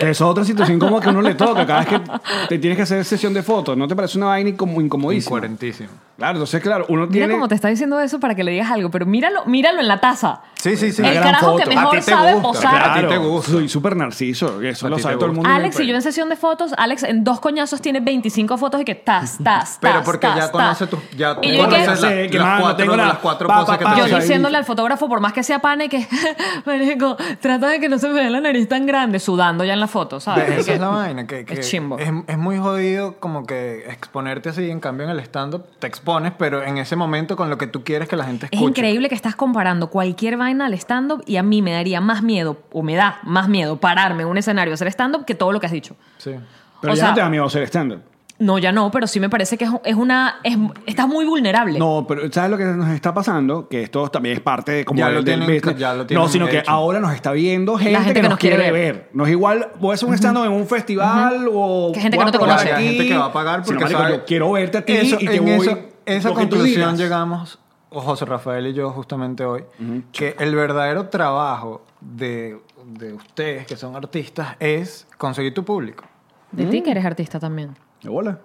Speaker 1: que es otra situación como que uno le toca cada vez que te tienes que hacer sesión de fotos, ¿no te parece una vaina como incomodísima?
Speaker 5: Incoherentísimo.
Speaker 1: Claro, entonces claro, uno
Speaker 2: Mira
Speaker 1: tiene
Speaker 2: cómo te está diciendo eso para que le digas algo, pero míralo, míralo en la taza.
Speaker 5: Sí, sí, sí.
Speaker 2: El
Speaker 1: gran
Speaker 2: carajo que
Speaker 1: foto.
Speaker 5: A ti
Speaker 2: mejor
Speaker 5: te
Speaker 2: sabe
Speaker 5: gusta,
Speaker 2: posar.
Speaker 1: Claro,
Speaker 5: A ti te gusta.
Speaker 1: soy súper narciso, eso
Speaker 5: A
Speaker 1: lo
Speaker 5: ti
Speaker 1: sabe
Speaker 5: te
Speaker 1: todo el
Speaker 5: gusta.
Speaker 1: mundo.
Speaker 2: Alex y yo en sesión de fotos, Alex en dos coñazos tiene 25 fotos y que tas, tas, tas.
Speaker 5: Pero porque
Speaker 2: tas,
Speaker 5: ya
Speaker 2: tas.
Speaker 5: conoce tus. Ya
Speaker 2: Y yo,
Speaker 5: conoces
Speaker 2: que-
Speaker 1: las-
Speaker 5: la-
Speaker 1: que
Speaker 5: las
Speaker 1: más no
Speaker 5: cuatro-
Speaker 1: tengo nada.
Speaker 5: las cuatro
Speaker 1: Pa,
Speaker 5: poses
Speaker 1: pa,
Speaker 5: que
Speaker 1: pa,
Speaker 5: te
Speaker 2: yo
Speaker 1: o sea,
Speaker 5: dicen.
Speaker 2: diciéndole al fotógrafo, por más que sea pana, y que, marico, trata de que no se me vea la nariz tan grande, sudando ya en la foto, ¿sabes? Y
Speaker 5: Esa
Speaker 2: que-
Speaker 5: es la vaina. Que, que
Speaker 2: es chimbo.
Speaker 5: Es, es muy jodido como que exponerte así. En cambio, en el stand-up te expones, pero en ese momento con lo que tú quieres que la gente
Speaker 2: Es
Speaker 5: escuche.
Speaker 2: increíble que estás comparando cualquier vaina al stand-up y a mí me daría más miedo, o me da más miedo pararme en un escenario a hacer stand-up que todo lo que has dicho.
Speaker 5: Sí.
Speaker 1: Pero
Speaker 2: o
Speaker 1: ya
Speaker 2: sea-
Speaker 1: no te da miedo hacer stand up.
Speaker 2: No, ya no, pero sí me parece que es, es una... es- estás muy vulnerable.
Speaker 1: No, pero ¿sabes lo que nos está pasando? Que esto también es parte de como
Speaker 5: Ya
Speaker 1: del-
Speaker 5: lo
Speaker 1: del
Speaker 5: tienen-
Speaker 1: business.
Speaker 5: ya lo tienen
Speaker 1: No, sino que
Speaker 5: hecho.
Speaker 1: ahora nos está viendo gente,
Speaker 2: gente
Speaker 1: que, nos quiere, ver. No es igual, voy a hacer un stand en un festival o.
Speaker 2: Que gente
Speaker 1: voy
Speaker 2: que
Speaker 1: a
Speaker 2: no te
Speaker 1: probar
Speaker 2: conoce.
Speaker 1: aquí.
Speaker 5: gente que va a pagar
Speaker 1: Sino,
Speaker 5: porque
Speaker 1: marico,
Speaker 5: sabe-
Speaker 1: yo quiero verte a ti
Speaker 5: Eso-
Speaker 1: y te
Speaker 5: en
Speaker 1: voy.
Speaker 5: eso- esa
Speaker 1: lo que tú
Speaker 5: conclusión
Speaker 1: digas.
Speaker 5: llegamos, o José Rafael y yo justamente hoy, que el verdadero trabajo de, de ustedes que son artistas es conseguir tu público.
Speaker 2: De ti
Speaker 5: Mm.
Speaker 2: que eres artista también.
Speaker 1: De bola.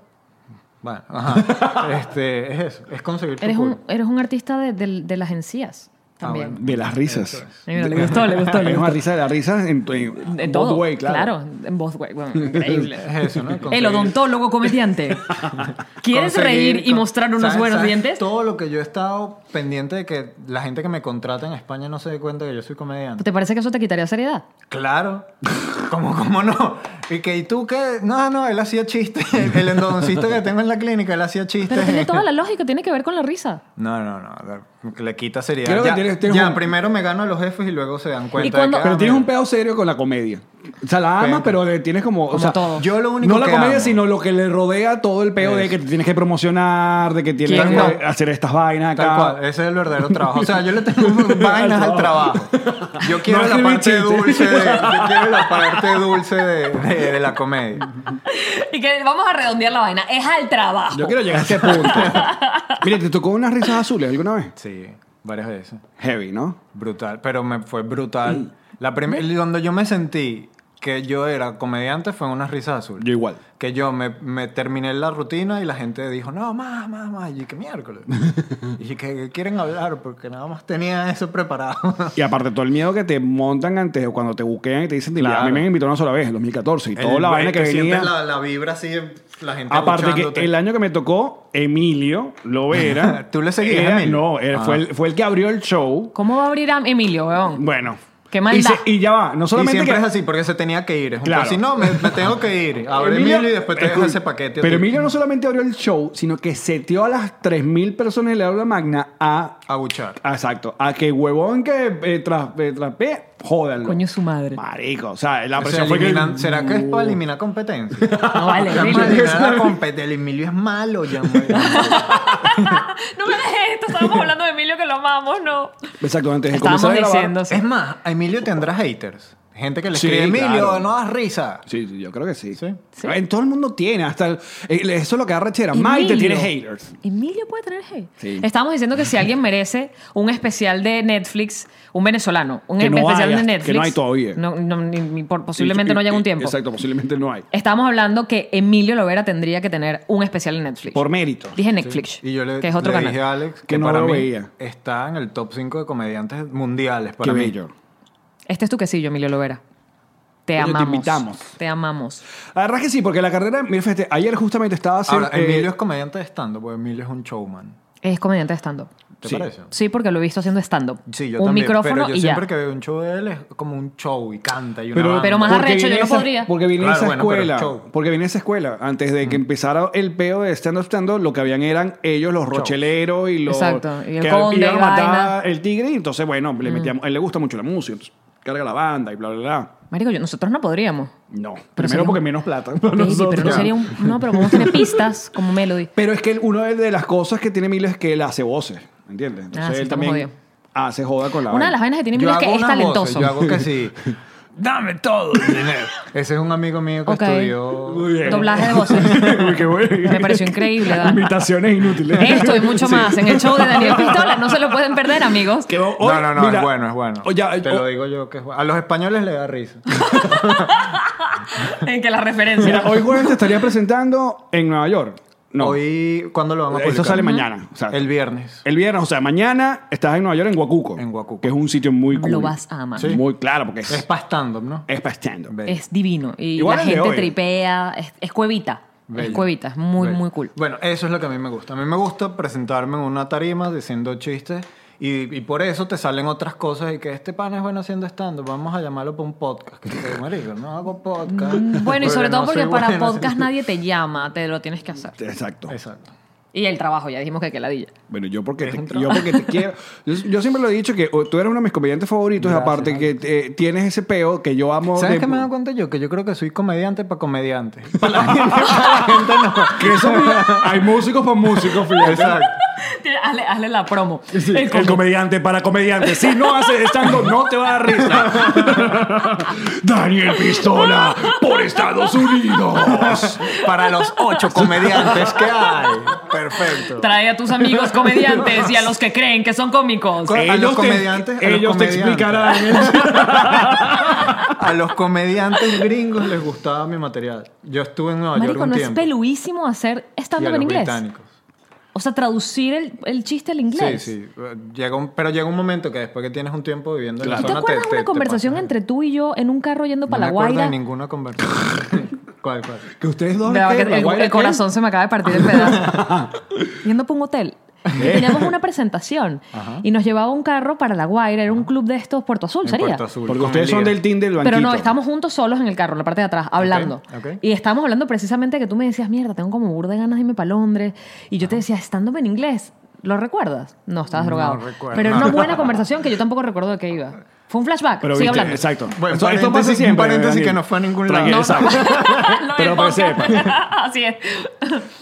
Speaker 5: Bueno, ajá. este, es eso, es conseguir tu
Speaker 2: Eres un,
Speaker 5: público.
Speaker 2: eres un artista de, de- de las encías también.
Speaker 5: Ah, bueno.
Speaker 1: De las risas.
Speaker 2: Ay, mira, le gustó, le gustó. le
Speaker 1: Es una
Speaker 2: gustó.
Speaker 1: risa de las risas en, en,
Speaker 2: De
Speaker 1: both
Speaker 2: todo.
Speaker 1: way,
Speaker 2: claro. en both way. Bueno, increíble.
Speaker 5: Es eso, ¿no?
Speaker 2: El
Speaker 5: Conseguir-
Speaker 2: odontólogo comediante. ¿Quieres
Speaker 5: conseguir-
Speaker 2: reír y
Speaker 5: con-
Speaker 2: mostrar unos
Speaker 5: ¿sabes-
Speaker 2: buenos
Speaker 5: sabes
Speaker 2: dientes?
Speaker 5: Todo lo que yo he estado pendiente de que la gente que me contrata en España no se dé cuenta que yo soy comediante.
Speaker 2: ¿Te parece que eso te quitaría seriedad?
Speaker 5: Claro. ¿Cómo, cómo no? Y que, ¿y tú qué? No, no, él hacía chistes. El endodoncista que tengo en la clínica, él hacía
Speaker 2: Pero tiene
Speaker 5: chistes.
Speaker 2: toda la lógica, tiene que ver con la risa.
Speaker 5: No, no, no. Le quita seriedad.
Speaker 1: Creo que
Speaker 5: ya,
Speaker 1: tienes- tienes
Speaker 5: ya,
Speaker 1: un-
Speaker 5: primero me gano a los jefes y luego se dan cuenta.
Speaker 2: Y cuando-
Speaker 5: de que, ah,
Speaker 1: Pero tienes
Speaker 5: mira.
Speaker 1: un pedo serio con la comedia. O sea, la amas,
Speaker 5: Pero-
Speaker 1: pero le tienes como. o sea,
Speaker 2: todo.
Speaker 5: Yo lo único
Speaker 1: No la
Speaker 5: que
Speaker 1: comedia,
Speaker 5: amo-
Speaker 1: sino lo que le rodea todo el pedo de
Speaker 5: Eso.
Speaker 1: que te tienes que promocionar, de que tienes
Speaker 2: Tal
Speaker 1: que
Speaker 5: cual.
Speaker 1: hacer estas vainas acá.
Speaker 5: Tal cual, ese es el verdadero trabajo. O sea, yo le tengo vainas al trabajo. Yo quiero
Speaker 1: No
Speaker 5: la
Speaker 1: escribí
Speaker 5: parte
Speaker 1: chistes.
Speaker 5: dulce de, yo quiero la parte dulce de, de- de la comedia.
Speaker 2: Y que vamos a redondear la vaina. Es al trabajo.
Speaker 1: Yo quiero llegar a este punto. Mire, te tocó unas risas azules alguna vez.
Speaker 5: Sí, varias veces.
Speaker 1: Heavy, ¿no?
Speaker 5: Brutal, pero me fue brutal. La prim- cuando yo me sentí que yo era comediante fue en unas risas azules.
Speaker 1: Yo igual.
Speaker 5: Que yo me, me terminé la rutina y la gente dijo, no, más, más, más. Y que miércoles. y que, que quieren hablar porque nada más tenía eso preparado.
Speaker 1: Y aparte todo el miedo que te montan antes o cuando te buquean y te dicen, "Mira, a mí
Speaker 5: Claro.
Speaker 1: me invitó una sola vez, en 2014, y toda
Speaker 5: El-
Speaker 1: la vaina que
Speaker 5: te sientes
Speaker 1: venía.
Speaker 5: La, la vibra así, la gente
Speaker 1: Aparte que
Speaker 5: abuchándote.
Speaker 1: el año que me tocó, Emilio Lovera.
Speaker 5: ¿Tú le seguías
Speaker 1: era-
Speaker 5: a Emilio?
Speaker 1: No, era-
Speaker 5: Ah.
Speaker 1: fue, el, fue el que abrió el show.
Speaker 2: ¿Cómo va a abrir a Emilio, weón?
Speaker 1: Bueno.
Speaker 2: Qué
Speaker 1: y,
Speaker 2: maldad.
Speaker 1: se- y ya va, no
Speaker 5: Y
Speaker 1: solamente
Speaker 5: siempre
Speaker 1: que...
Speaker 5: es así, porque se tenía que ir. Es un
Speaker 1: Claro.
Speaker 5: pe- Si no, me, me tengo que ir. Abre Emilio, y después te deja ese paquete. a
Speaker 1: Pero
Speaker 5: ti.
Speaker 1: Emilio no solamente abrió el show, sino que seteó a las 3.000 personas de la aula magna a
Speaker 5: Abuchar.
Speaker 1: Exacto. A que huevón que eh, tras, eh, traspea, Jódanlo.
Speaker 2: Coño su madre.
Speaker 1: Marico, o sea, la
Speaker 5: O sea,
Speaker 1: presión fue que...
Speaker 5: eliminan- ¿Será que es para eliminar competencia?
Speaker 2: No vale.
Speaker 5: Ya,
Speaker 2: Emilio.
Speaker 5: para eliminar la competencia. El Emilio es malo, ya. marico.
Speaker 2: no me dejes esto. Estábamos hablando de Emilio que lo amamos, no.
Speaker 1: Exactamente, antes de
Speaker 2: Estábamos
Speaker 1: comenzar a grabar...
Speaker 2: diciendo. sí.
Speaker 5: Es más, a Emilio tendrá haters. Gente que le
Speaker 1: Sí,
Speaker 5: escribe, Emilio,
Speaker 1: claro.
Speaker 5: no das risa.
Speaker 1: Sí, sí, yo creo que sí.
Speaker 5: Sí.
Speaker 2: Sí.
Speaker 1: En todo el mundo tiene, hasta el- eh, eso es lo que da rechera. Maite tiene
Speaker 2: Emilio.
Speaker 1: haters.
Speaker 2: Emilio puede tener hate.
Speaker 1: Sí.
Speaker 2: Estábamos diciendo que si alguien merece un especial de Netflix, un venezolano, un
Speaker 1: Que no
Speaker 2: especial
Speaker 1: haya,
Speaker 2: de
Speaker 1: que
Speaker 2: Netflix.
Speaker 1: no hay todavía. eh,
Speaker 2: no- no, ni- ni por- posiblemente no haya un tiempo.
Speaker 1: Exacto, posiblemente no hay.
Speaker 2: Estábamos hablando que Emilio Lovera tendría que tener un especial en Netflix.
Speaker 1: Por mérito.
Speaker 2: Dije Netflix,
Speaker 5: Y yo le,
Speaker 2: que es otro
Speaker 5: le
Speaker 2: canal.
Speaker 5: dije a Alex que,
Speaker 1: Que no
Speaker 5: para
Speaker 1: lo
Speaker 5: mí
Speaker 1: veía.
Speaker 5: está en el top 5 de comediantes mundiales
Speaker 1: Qué
Speaker 5: para mí.
Speaker 1: bello.
Speaker 2: Este es tu quesillo, Emilio Lovera. Te
Speaker 1: Coño, te
Speaker 2: amamos.
Speaker 1: invitamos.
Speaker 2: Te amamos.
Speaker 1: Ah, La verdad es que sí, porque la carrera, mira, fíjate, ayer justamente estaba eh, haciendo...
Speaker 5: Ahora, Emilio es comediante de stand-up, porque Emilio es un showman.
Speaker 2: Es comediante de stand-up.
Speaker 5: ¿Te
Speaker 1: Sí.
Speaker 5: parece?
Speaker 2: Sí, porque lo he visto haciendo stand-up.
Speaker 5: Sí, yo
Speaker 2: un
Speaker 5: también.
Speaker 2: micrófono
Speaker 5: pero yo
Speaker 2: y
Speaker 5: siempre
Speaker 2: ya.
Speaker 5: que veo un show de él es como un show y canta y una banda.
Speaker 2: pero más
Speaker 1: porque
Speaker 2: arrecho, yo
Speaker 1: viene
Speaker 2: no
Speaker 1: esa-
Speaker 2: podría.
Speaker 1: Porque viene
Speaker 5: Claro,
Speaker 1: esa
Speaker 5: bueno, pero
Speaker 1: escuela.
Speaker 5: show.
Speaker 1: porque viene esa escuela. Antes de que empezara el peo de stand-up stand-up, lo que habían eran ellos, los rocheleros y los.
Speaker 2: Exacto, y el
Speaker 1: que
Speaker 2: conde,
Speaker 1: iban a
Speaker 2: y
Speaker 1: matar
Speaker 2: vaina.
Speaker 1: el tigre. Y entonces, bueno, le metíamos, a él le gusta mucho la música. Entonces, carga la banda y bla, bla, bla.
Speaker 2: Marico, yo- nosotros no podríamos.
Speaker 1: No.
Speaker 2: sería
Speaker 1: Primero
Speaker 2: un-
Speaker 1: porque menos plata. para
Speaker 2: Baby, pero no
Speaker 1: nosotros.
Speaker 2: sería un... No, pero podemos tener pistas como Melody.
Speaker 1: Pero es que una de las cosas que tiene Emilio es que él hace voces. ¿Entiendes? Entonces
Speaker 2: Ah, sí,
Speaker 1: él
Speaker 2: estamos
Speaker 1: también
Speaker 2: jodidos.
Speaker 1: hace joda con la
Speaker 2: Una de las
Speaker 1: vaina.
Speaker 2: vainas que tiene
Speaker 5: Yo
Speaker 2: Emilio es
Speaker 5: hago
Speaker 2: que es
Speaker 5: unas voces,
Speaker 2: talentoso.
Speaker 5: yo hago que sí. Dame todo el dinero. Ese es un amigo mío que
Speaker 2: Ok.
Speaker 5: estudió.
Speaker 1: Muy bien.
Speaker 2: Doblaje de voces.
Speaker 1: Uy, qué bueno.
Speaker 2: Me pareció increíble, Dan.
Speaker 1: Imitaciones inútiles.
Speaker 2: Esto y mucho más en el show de Daniel Pistola. No se lo pueden perder, amigos.
Speaker 1: Que hoy-
Speaker 5: no, no, no,
Speaker 1: mira,
Speaker 5: es bueno, es bueno.
Speaker 1: o ya-
Speaker 5: Te
Speaker 1: o-
Speaker 5: lo digo yo que es bueno. A los españoles le da risa.
Speaker 2: En Eh, que la referencia.
Speaker 1: Mira, hoy jueves te estaría presentando en Nueva York. No.
Speaker 5: Hoy, ¿cuándo lo vamos a
Speaker 1: Eso
Speaker 5: publicar?
Speaker 1: sale mañana. o sea,
Speaker 5: El viernes.
Speaker 1: el viernes, o sea, mañana estás en Nueva York, en Huacuco.
Speaker 5: En Huacuco.
Speaker 1: Que es un sitio muy cool.
Speaker 2: Lo vas a amar.
Speaker 5: Sí.
Speaker 1: Muy claro, porque es,
Speaker 5: Es
Speaker 1: es
Speaker 5: para stand-up, ¿no?
Speaker 1: pa' stand-up.
Speaker 5: Bello,
Speaker 2: Es divino. Y
Speaker 1: Igual
Speaker 2: la
Speaker 1: el de
Speaker 2: gente
Speaker 1: hoy.
Speaker 2: tripea. Es, es cuevita. Es
Speaker 5: bello,
Speaker 2: cuevita. Es muy,
Speaker 5: bello.
Speaker 2: muy cool.
Speaker 5: Bueno, eso es lo que a mí me gusta. A mí me gusta presentarme en una tarima diciendo chistes y, y por eso te salen otras cosas y que este pan es bueno haciendo stand-up. Vamos a llamarlo para un podcast. Que te digo, marico, no hago podcast.
Speaker 2: Mm, Bueno, y sobre todo
Speaker 5: no
Speaker 2: porque
Speaker 5: soy
Speaker 2: para
Speaker 5: bueno haciendo-
Speaker 2: podcast nadie te llama, te lo tienes que hacer.
Speaker 1: Exacto.
Speaker 5: Exacto.
Speaker 2: Y el trabajo, ya dijimos que que ladilla.
Speaker 1: Bueno, yo porque, te,
Speaker 5: un
Speaker 1: yo porque te quiero. Yo, yo siempre lo he dicho que o, tú eres uno de mis comediantes favoritos, y aparte que eh, tienes ese peo que yo amo.
Speaker 5: ¿Sabes
Speaker 1: de-
Speaker 5: qué me he dado cuenta yo? Que yo creo que soy comediante para comediante. Para la gente, para la gente no.
Speaker 1: Que eso, hay músicos para músicos, fíjate.
Speaker 5: Exacto.
Speaker 2: hazle, hazle la promo.
Speaker 1: Sí,
Speaker 2: El
Speaker 1: el,
Speaker 2: com-
Speaker 1: comediante para comediante. Si no haces estando, no te va a dar risa. Daniel Pistola por Estados Unidos.
Speaker 5: Para los ocho comediantes que hay. Perfecto.
Speaker 2: Trae a tus amigos comediantes y a los que creen que son cómicos.
Speaker 5: Co- a los comediantes, a los
Speaker 1: ellos te
Speaker 5: comediantes.
Speaker 1: explicarán. ¿eh?
Speaker 5: A los comediantes gringos les gustaba mi material. Yo estuve en Nueva York
Speaker 2: Marico,
Speaker 5: un
Speaker 2: no es
Speaker 5: tiempo.
Speaker 2: peluísimo hacer
Speaker 5: y a
Speaker 2: stand-up
Speaker 5: los
Speaker 2: en inglés.
Speaker 5: británicos.
Speaker 2: O sea, traducir el, el chiste al inglés.
Speaker 5: Sí, sí. Llega un- pero llega un momento que después que tienes un tiempo viviendo
Speaker 2: ¿Tú
Speaker 5: en la
Speaker 2: te
Speaker 5: zona
Speaker 2: acuerdas
Speaker 5: te-
Speaker 2: una
Speaker 5: te- te
Speaker 2: conversación
Speaker 5: pasa.
Speaker 2: entre tú y yo en un carro yendo para
Speaker 5: No
Speaker 2: la
Speaker 5: me acuerdo de
Speaker 2: Guaira?
Speaker 5: ninguna conversación. ¿Cuál, cuál?
Speaker 1: Que ustedes dos.
Speaker 2: De verdad que
Speaker 1: ¿qué? ¿La
Speaker 2: el,
Speaker 1: guaira
Speaker 2: el
Speaker 1: qué?
Speaker 2: corazón se me acaba de partir en pedazos. Yendo para un hotel. Y
Speaker 5: Eh.
Speaker 2: teníamos una presentación y nos llevaba un carro para La Guaira, era un club de estos Puerto Azul,
Speaker 5: En
Speaker 2: sería.
Speaker 5: Puerto Azul,
Speaker 1: Porque
Speaker 5: con
Speaker 1: ustedes
Speaker 5: el
Speaker 1: son
Speaker 5: líder.
Speaker 1: del team del banquito.
Speaker 2: Pero no, estábamos juntos solos en el carro, en la parte de atrás, hablando.
Speaker 5: ok.
Speaker 2: Y estábamos hablando precisamente de que tú me decías, mierda, tengo como burda de ganas de irme para Londres. Y yo te decía, estando en inglés, ¿lo recuerdas? No, estabas drogado.
Speaker 5: recuerdo.
Speaker 2: Pero era una buena conversación que yo tampoco recuerdo de qué iba. Fue un flashback.
Speaker 1: Pero
Speaker 2: Sigue
Speaker 1: viste,
Speaker 2: hablando.
Speaker 1: exacto.
Speaker 5: Bueno,
Speaker 1: Eso- esto
Speaker 5: paréntesis-
Speaker 1: pasa siempre.
Speaker 5: un paréntesis
Speaker 1: Daniel.
Speaker 5: que no fue a ningún
Speaker 1: Tranquilo,
Speaker 5: lado.
Speaker 1: Exacto.
Speaker 2: Lo del
Speaker 1: Pero pues. para que
Speaker 2: podcast.
Speaker 1: sepa.
Speaker 2: Así es.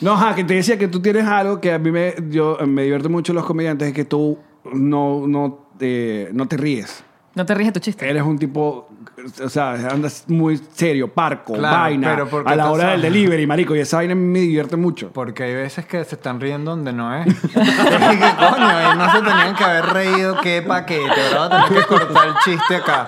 Speaker 1: No, ajá, que te decía que tú tienes algo que a mí me, yo, me divierte mucho los comediantes, es que tú no, no, eh, no te ríes.
Speaker 2: No te ríes de tu chiste.
Speaker 1: Eres un tipo, o sea, andas muy serio, parco,
Speaker 5: Claro,
Speaker 1: vaina,
Speaker 5: pero porque
Speaker 1: a la
Speaker 5: estás-
Speaker 1: hora del delivery, marico, y esa vaina me divierte mucho.
Speaker 5: Porque hay veces que se están riendo donde no es. Y que, coño, y no se tenían que haber reído, qué paquete. Ahora va a tener que cortar el chiste acá.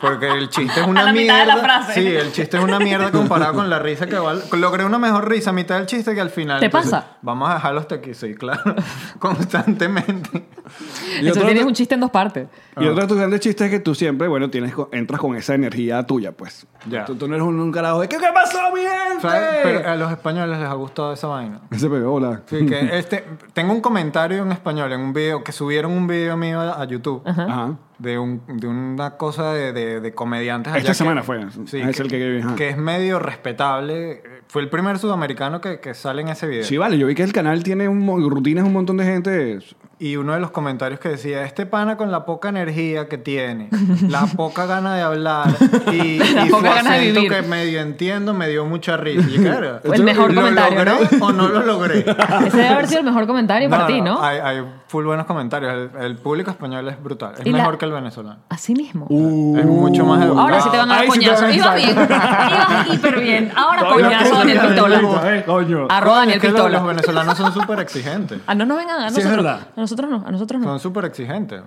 Speaker 5: Porque el chiste es una
Speaker 2: A la mitad
Speaker 5: mierda.
Speaker 2: de la frase.
Speaker 5: Sí, el chiste es una mierda comparado con la risa que va. al- Logré una mejor risa a mitad del chiste que al final.
Speaker 2: ¿Te
Speaker 5: Entonces,
Speaker 2: pasa?
Speaker 5: Vamos a dejarlo hasta aquí, sí, claro. Constantemente.
Speaker 1: Y
Speaker 2: Entonces
Speaker 1: Eh, otro,
Speaker 2: tienes un chiste en dos partes.
Speaker 1: y
Speaker 5: Ah.
Speaker 1: otro de tus grandes chistes es que tú siempre, bueno, tienes, co- entras con esa energía tuya, pues.
Speaker 5: Ya.
Speaker 1: Tú, tú no eres un, un carajo de, ¿qué, qué pasó, mi gente?
Speaker 5: ¿Sabes? Pero a los españoles les ha gustado esa vaina.
Speaker 1: Ese bebé, hola.
Speaker 5: Sí, que este, tengo un comentario en español en un video que subieron un video mío a a YouTube.
Speaker 1: Ajá.
Speaker 5: De, un, de una cosa de, de- de comediantes.
Speaker 1: Esta
Speaker 5: allá que-
Speaker 1: semana fue.
Speaker 5: Sí,
Speaker 1: es
Speaker 5: que,
Speaker 1: el que, ajá.
Speaker 5: que es medio respetable. Fue el primer sudamericano que, que sale en ese video.
Speaker 1: Sí, vale, yo vi que el canal tiene un, mo- rutinas un montón de gente.
Speaker 5: Y uno de los comentarios que decía, este pana con la poca energía que tiene, la poca gana de hablar y,
Speaker 2: La
Speaker 5: y
Speaker 2: poca
Speaker 5: su
Speaker 2: gana de
Speaker 5: acento
Speaker 2: vivir.
Speaker 5: que medio entiendo me dio mucha risa. Y claro,
Speaker 2: El mejor
Speaker 5: ¿lo
Speaker 2: comentario,
Speaker 5: logré o no lo logré?
Speaker 2: Ese debe haber sido el mejor comentario para ti, ¿no?
Speaker 5: Hay, hay full buenos comentarios. El, el público español es brutal. Es
Speaker 2: Y la-
Speaker 5: mejor que el venezolano.
Speaker 2: Así mismo.
Speaker 5: es mucho más educado.
Speaker 2: Ahora sí te van a dar
Speaker 1: Uh, Ahí sí te
Speaker 2: coñazo.
Speaker 1: van a
Speaker 2: Ibas
Speaker 1: dar-
Speaker 2: bien. Ibas hiper bien. Ahora
Speaker 1: Coño,
Speaker 2: coñazo
Speaker 1: coño,
Speaker 2: Daniel
Speaker 1: coño,
Speaker 2: Pistola.
Speaker 1: coño, eh, coño.
Speaker 2: Arroba
Speaker 5: Coño,
Speaker 2: Daniel
Speaker 5: es que los,
Speaker 2: Pistola.
Speaker 5: los venezolanos son súper exigentes.
Speaker 2: Ah, no nos vengan a
Speaker 1: Sí, es
Speaker 2: nosotros.
Speaker 1: verdad.
Speaker 2: A nosotros no, a nosotros no.
Speaker 5: Son súper exigentes.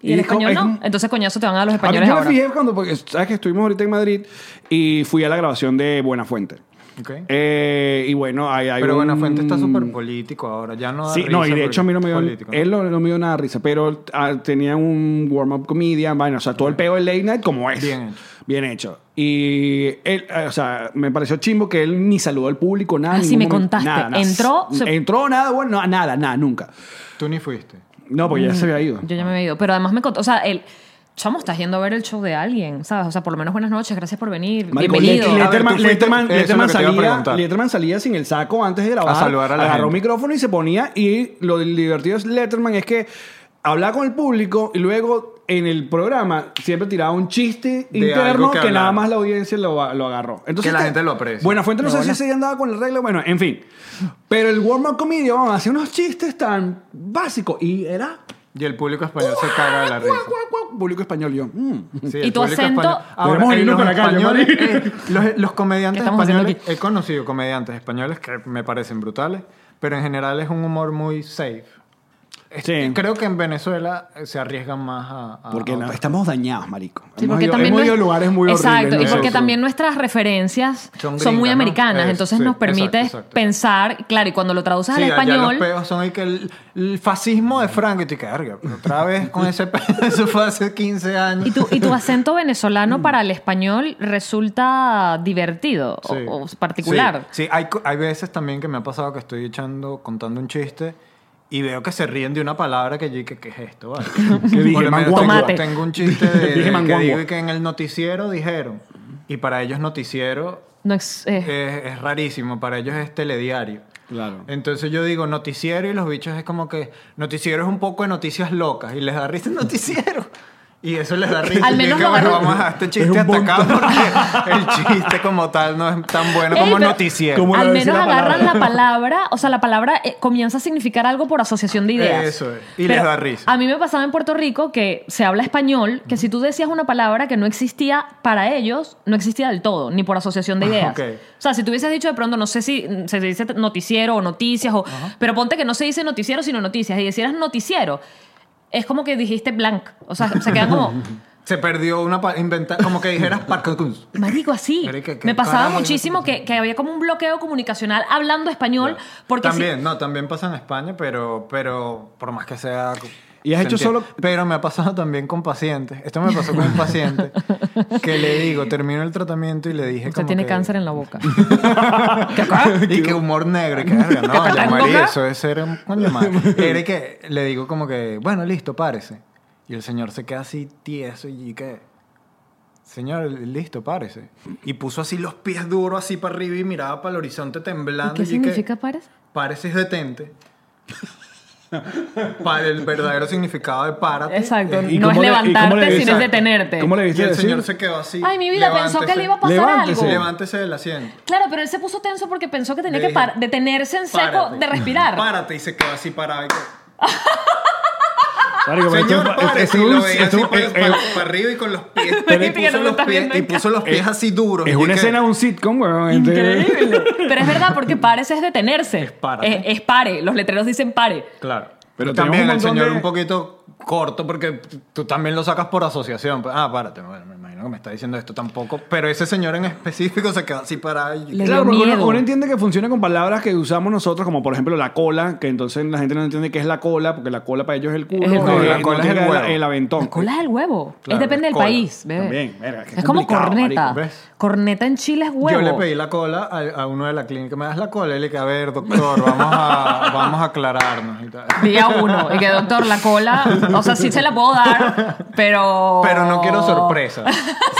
Speaker 2: Y el
Speaker 1: Y es como-
Speaker 2: español
Speaker 1: es
Speaker 2: no.
Speaker 1: un-
Speaker 2: Entonces coñazo te van a dar los
Speaker 1: A mí
Speaker 2: españoles
Speaker 1: yo me
Speaker 2: ahora.
Speaker 1: fijé cuando, porque sabes que estuvimos ahorita en Madrid y fui a la grabación de Buena Fuente.
Speaker 5: ¿ok?
Speaker 1: Eh, y bueno, ahí hay
Speaker 5: Pero
Speaker 1: un-
Speaker 5: Buenafuente está súper político ahora. Ya no da
Speaker 1: Sí,
Speaker 5: risa
Speaker 1: no, y de
Speaker 5: porque
Speaker 1: hecho a mí no me dio,
Speaker 5: político.
Speaker 1: él no, no me dio nada de risa, pero ah, tenía un warm-up comedian, vaina, o sea, todo el peo de late night como es.
Speaker 5: Bien hecho.
Speaker 1: Bien hecho. Y él, eh, o sea, me pareció chimbo que él ni saludó al público, nada.
Speaker 2: Ah,
Speaker 1: en
Speaker 2: sí,
Speaker 1: ningún
Speaker 2: me
Speaker 1: momento,
Speaker 2: contaste.
Speaker 1: nada, nada.
Speaker 2: Entró, se-
Speaker 1: Entró, nada, bueno, no, nada, nada, nunca.
Speaker 5: Tú ni fuiste.
Speaker 1: No,
Speaker 2: Mm.
Speaker 1: porque ya se había ido.
Speaker 2: Yo ya me había ido. Pero además me contó. O sea, el. Chamo, estás yendo a ver el show de alguien, ¿sabes? O sea, por lo menos buenas noches, gracias por venir.
Speaker 1: Marico,
Speaker 2: Bienvenido.
Speaker 1: Le-
Speaker 5: A ver,
Speaker 1: Letterman,
Speaker 5: tú fuiste-
Speaker 1: Letterman-
Speaker 5: eso es lo
Speaker 1: Letterman
Speaker 5: que te iba a
Speaker 1: salía,
Speaker 5: preguntar.
Speaker 1: Letterman salía sin el saco antes de grabar.
Speaker 5: A saludar a la
Speaker 1: agarró
Speaker 5: gente.
Speaker 1: micrófono y se ponía. Y lo divertido es Letterman es que hablaba con el público y luego en el programa siempre tiraba un chiste
Speaker 5: De
Speaker 1: interno
Speaker 5: algo
Speaker 1: que,
Speaker 5: que
Speaker 1: nada
Speaker 5: hablara.
Speaker 1: más la audiencia lo, lo agarró. Entonces,
Speaker 5: Que la
Speaker 1: te-
Speaker 5: gente lo aprecia.
Speaker 1: Buena fuente no sé si se andaba con el regla. Bueno, en fin. Pero el warm-up comedia, vamos, hacía unos chistes tan básicos y era...
Speaker 5: Y el público español se caga de la risa.
Speaker 1: guau, guau, guau, Público español, yo. mm.
Speaker 5: Sí,
Speaker 2: Y
Speaker 5: el
Speaker 2: tu
Speaker 5: público
Speaker 2: acento-
Speaker 5: español. Ahora,
Speaker 1: Debemos
Speaker 5: eh,
Speaker 1: irnos
Speaker 5: los,
Speaker 1: para acá, yo,
Speaker 5: españoles,
Speaker 1: marico.
Speaker 5: eh, los, los comediantes
Speaker 2: ¿Qué estamos haciendo
Speaker 5: españoles, he conocido comediantes españoles que me parecen brutales, pero en general es un humor muy safe. Este,
Speaker 1: Sí.
Speaker 5: Creo que en Venezuela eh, se arriesgan más a... a-
Speaker 1: Porque
Speaker 5: a
Speaker 1: no,
Speaker 5: otras
Speaker 1: estamos dañados, marico.
Speaker 2: Sí,
Speaker 1: hemos
Speaker 2: porque
Speaker 1: ido,
Speaker 2: también
Speaker 1: hemos
Speaker 2: no
Speaker 1: ido a
Speaker 2: es-
Speaker 1: lugares muy horribles.
Speaker 2: Exacto, y
Speaker 1: ¿no?
Speaker 2: porque
Speaker 5: Eso.
Speaker 2: también nuestras referencias son,
Speaker 5: Son
Speaker 2: muy
Speaker 5: gringas, ¿no?
Speaker 2: americanas,
Speaker 5: Eso,
Speaker 2: entonces
Speaker 5: sí,
Speaker 2: nos permite
Speaker 5: exacto, exacto.
Speaker 2: pensar, claro, y cuando lo traduces al
Speaker 5: Sí, allá
Speaker 2: español,
Speaker 5: los peos son el, que el, el fascismo de Franco. Y tú, carga, pero otra vez con ese peo. Eso fue hace 15 años.
Speaker 2: y tu, y tu acento venezolano para el español resulta divertido
Speaker 5: Sí.
Speaker 2: o, o particular.
Speaker 5: Sí, sí, hay, co- hay veces también que me ha pasado que estoy echando, contando un chiste y veo que se ríen de una palabra que yo dije, ¿qué es esto? Vale?
Speaker 1: ¿Qué dije?
Speaker 5: Por lo menos
Speaker 1: Manguango.
Speaker 5: tengo-
Speaker 2: Tomate.
Speaker 5: Tengo un chiste de,
Speaker 1: Dije
Speaker 5: de que
Speaker 1: manguango.
Speaker 5: digo que en el noticiero dijeron. Y para ellos noticiero
Speaker 2: No es- eh,
Speaker 5: es, es rarísimo, para ellos es telediario.
Speaker 1: Claro.
Speaker 5: Entonces yo digo noticiero y los bichos es como que noticiero es un poco de noticias locas y les da risa el noticiero. Y eso les da risa.
Speaker 2: Al
Speaker 5: Y
Speaker 2: menos
Speaker 5: que,
Speaker 2: lo
Speaker 5: bueno,
Speaker 2: agarran-
Speaker 5: vamos a dejar este chiste hasta acá porque el chiste como tal no es tan bueno
Speaker 2: Ey,
Speaker 5: como
Speaker 2: Eh, pero-
Speaker 5: noticiero.
Speaker 1: Como- ¿Cómo
Speaker 2: al
Speaker 1: le decía
Speaker 2: menos
Speaker 1: la
Speaker 2: agarran
Speaker 1: palabra?
Speaker 2: la palabra, o sea, la palabra eh, comienza a significar algo por asociación de ideas.
Speaker 5: Eso es, y les da risa.
Speaker 2: A mí me pasaba en Puerto Rico que se habla español, que si tú decías una palabra que no existía para ellos, no existía del todo, ni por asociación de ideas.
Speaker 5: ok.
Speaker 2: O sea, si tú hubieses dicho de pronto, no sé si mm, se dice noticiero o noticias, o, pero ponte que no se dice noticiero, sino noticias, y decieras noticiero, es como que dijiste blank. O sea, se quedan como...
Speaker 5: Se perdió una pa- inventa como que dijeras Parker Kunz.
Speaker 2: Marico, así.
Speaker 5: Marica, qué
Speaker 2: me pasaba
Speaker 5: carajo,
Speaker 2: muchísimo que, que había como un bloqueo comunicacional hablando español. Porque si-
Speaker 5: también, no, también pasa en España, pero, pero por más que sea.
Speaker 1: ¿Y has
Speaker 5: se
Speaker 1: hecho solo-
Speaker 5: Pero me ha pasado también con pacientes. Esto me pasó con un paciente que le digo, termino el tratamiento y le dije.
Speaker 2: Usted
Speaker 5: como
Speaker 2: tiene
Speaker 5: que- Ah,
Speaker 2: cáncer en la boca.
Speaker 5: y que humor negro. Y que, verga, no,
Speaker 2: ¿Qué
Speaker 5: ya,
Speaker 2: tal,
Speaker 5: María,
Speaker 2: loca?
Speaker 5: eso es ser un coño madre. Era que le digo como que, bueno, listo, párese. Y el señor se queda así tieso y que, señor, listo, párese. Y puso así los pies duros así para arriba y miraba para el horizonte temblando.
Speaker 2: ¿Y qué
Speaker 5: y que,
Speaker 2: significa pares?
Speaker 5: Párese es detente. Para el verdadero significado de párate.
Speaker 2: Exacto.
Speaker 5: es-
Speaker 1: ¿Y
Speaker 2: no es
Speaker 1: cómo le- y
Speaker 2: levantarte,
Speaker 1: cómo le
Speaker 2: sino es
Speaker 1: dices?
Speaker 2: detenerte.
Speaker 1: ¿Cómo le
Speaker 5: Y
Speaker 1: viste
Speaker 5: el
Speaker 1: decir?
Speaker 5: señor se quedó así.
Speaker 2: Ay, mi vida, pensó que
Speaker 5: levántese.
Speaker 2: le iba a pasar
Speaker 1: Levántese.
Speaker 2: algo.
Speaker 5: Levántese del asiento.
Speaker 2: Claro, pero él se puso tenso porque pensó que tenía
Speaker 5: Le
Speaker 2: que
Speaker 5: dije,
Speaker 2: par- detenerse en seco
Speaker 5: Párate.
Speaker 2: de respirar.
Speaker 5: Párate y se quedó así parado. y que-
Speaker 1: Marico, pero este
Speaker 5: Señor,
Speaker 1: esto-
Speaker 5: párese.
Speaker 1: esto-
Speaker 5: y lo
Speaker 1: esto-
Speaker 5: veía
Speaker 1: esto-
Speaker 5: así para,
Speaker 1: eh,
Speaker 5: para- para arriba y con los pies.
Speaker 2: Pero
Speaker 5: Y
Speaker 2: es que no
Speaker 5: puso
Speaker 2: lo
Speaker 5: los
Speaker 2: estás
Speaker 5: pies,
Speaker 2: viendo
Speaker 5: y
Speaker 2: en
Speaker 5: puso los pies así duros.
Speaker 1: eh, Es
Speaker 5: Y
Speaker 1: una
Speaker 5: que-
Speaker 1: escena de un sitcom, weón. este.
Speaker 2: Increíble. pero es verdad, porque pares es detenerse. Es
Speaker 5: párate.
Speaker 2: Es, pare. Los letreros dicen pare.
Speaker 5: Claro.
Speaker 1: Pero
Speaker 5: Pero
Speaker 1: tenemos
Speaker 5: también
Speaker 1: un
Speaker 5: el
Speaker 1: montón
Speaker 5: señor
Speaker 1: de-
Speaker 5: un poquito corto porque tú también lo sacas por asociación. Pues, Ah, párate. Bueno, me imagino que me está diciendo esto tampoco. Pero ese señor en específico se quedó así parado. y-
Speaker 2: Le
Speaker 1: Claro,
Speaker 2: dio
Speaker 1: porque uno,
Speaker 2: miedo.
Speaker 1: uno entiende que funciona con palabras que usamos nosotros, como por ejemplo la cola, que entonces la gente no entiende qué es la cola, porque la cola para ellos es el culo.
Speaker 2: Es el
Speaker 1: eh,
Speaker 2: culo.
Speaker 5: La cola
Speaker 1: no
Speaker 5: es el
Speaker 1: llega
Speaker 5: huevo.
Speaker 1: el aventón.
Speaker 2: La cola es el huevo.
Speaker 5: Claro,
Speaker 2: es depende
Speaker 5: es
Speaker 2: del
Speaker 5: cola.
Speaker 2: país, bebé.
Speaker 1: También, verga, qué
Speaker 2: es como
Speaker 1: complicado,
Speaker 2: corneta.
Speaker 1: marico,
Speaker 5: ¿ves?
Speaker 2: corneta en Chile es huevo.
Speaker 5: Yo le pedí la cola a, a uno de la clínica. ¿Me das la cola? Y le dije, a ver, doctor, vamos a, vamos a aclararnos. y tal.
Speaker 2: Día uno. Y que, doctor, la cola, o sea, sí se la puedo dar, pero...
Speaker 5: Pero no quiero sorpresas.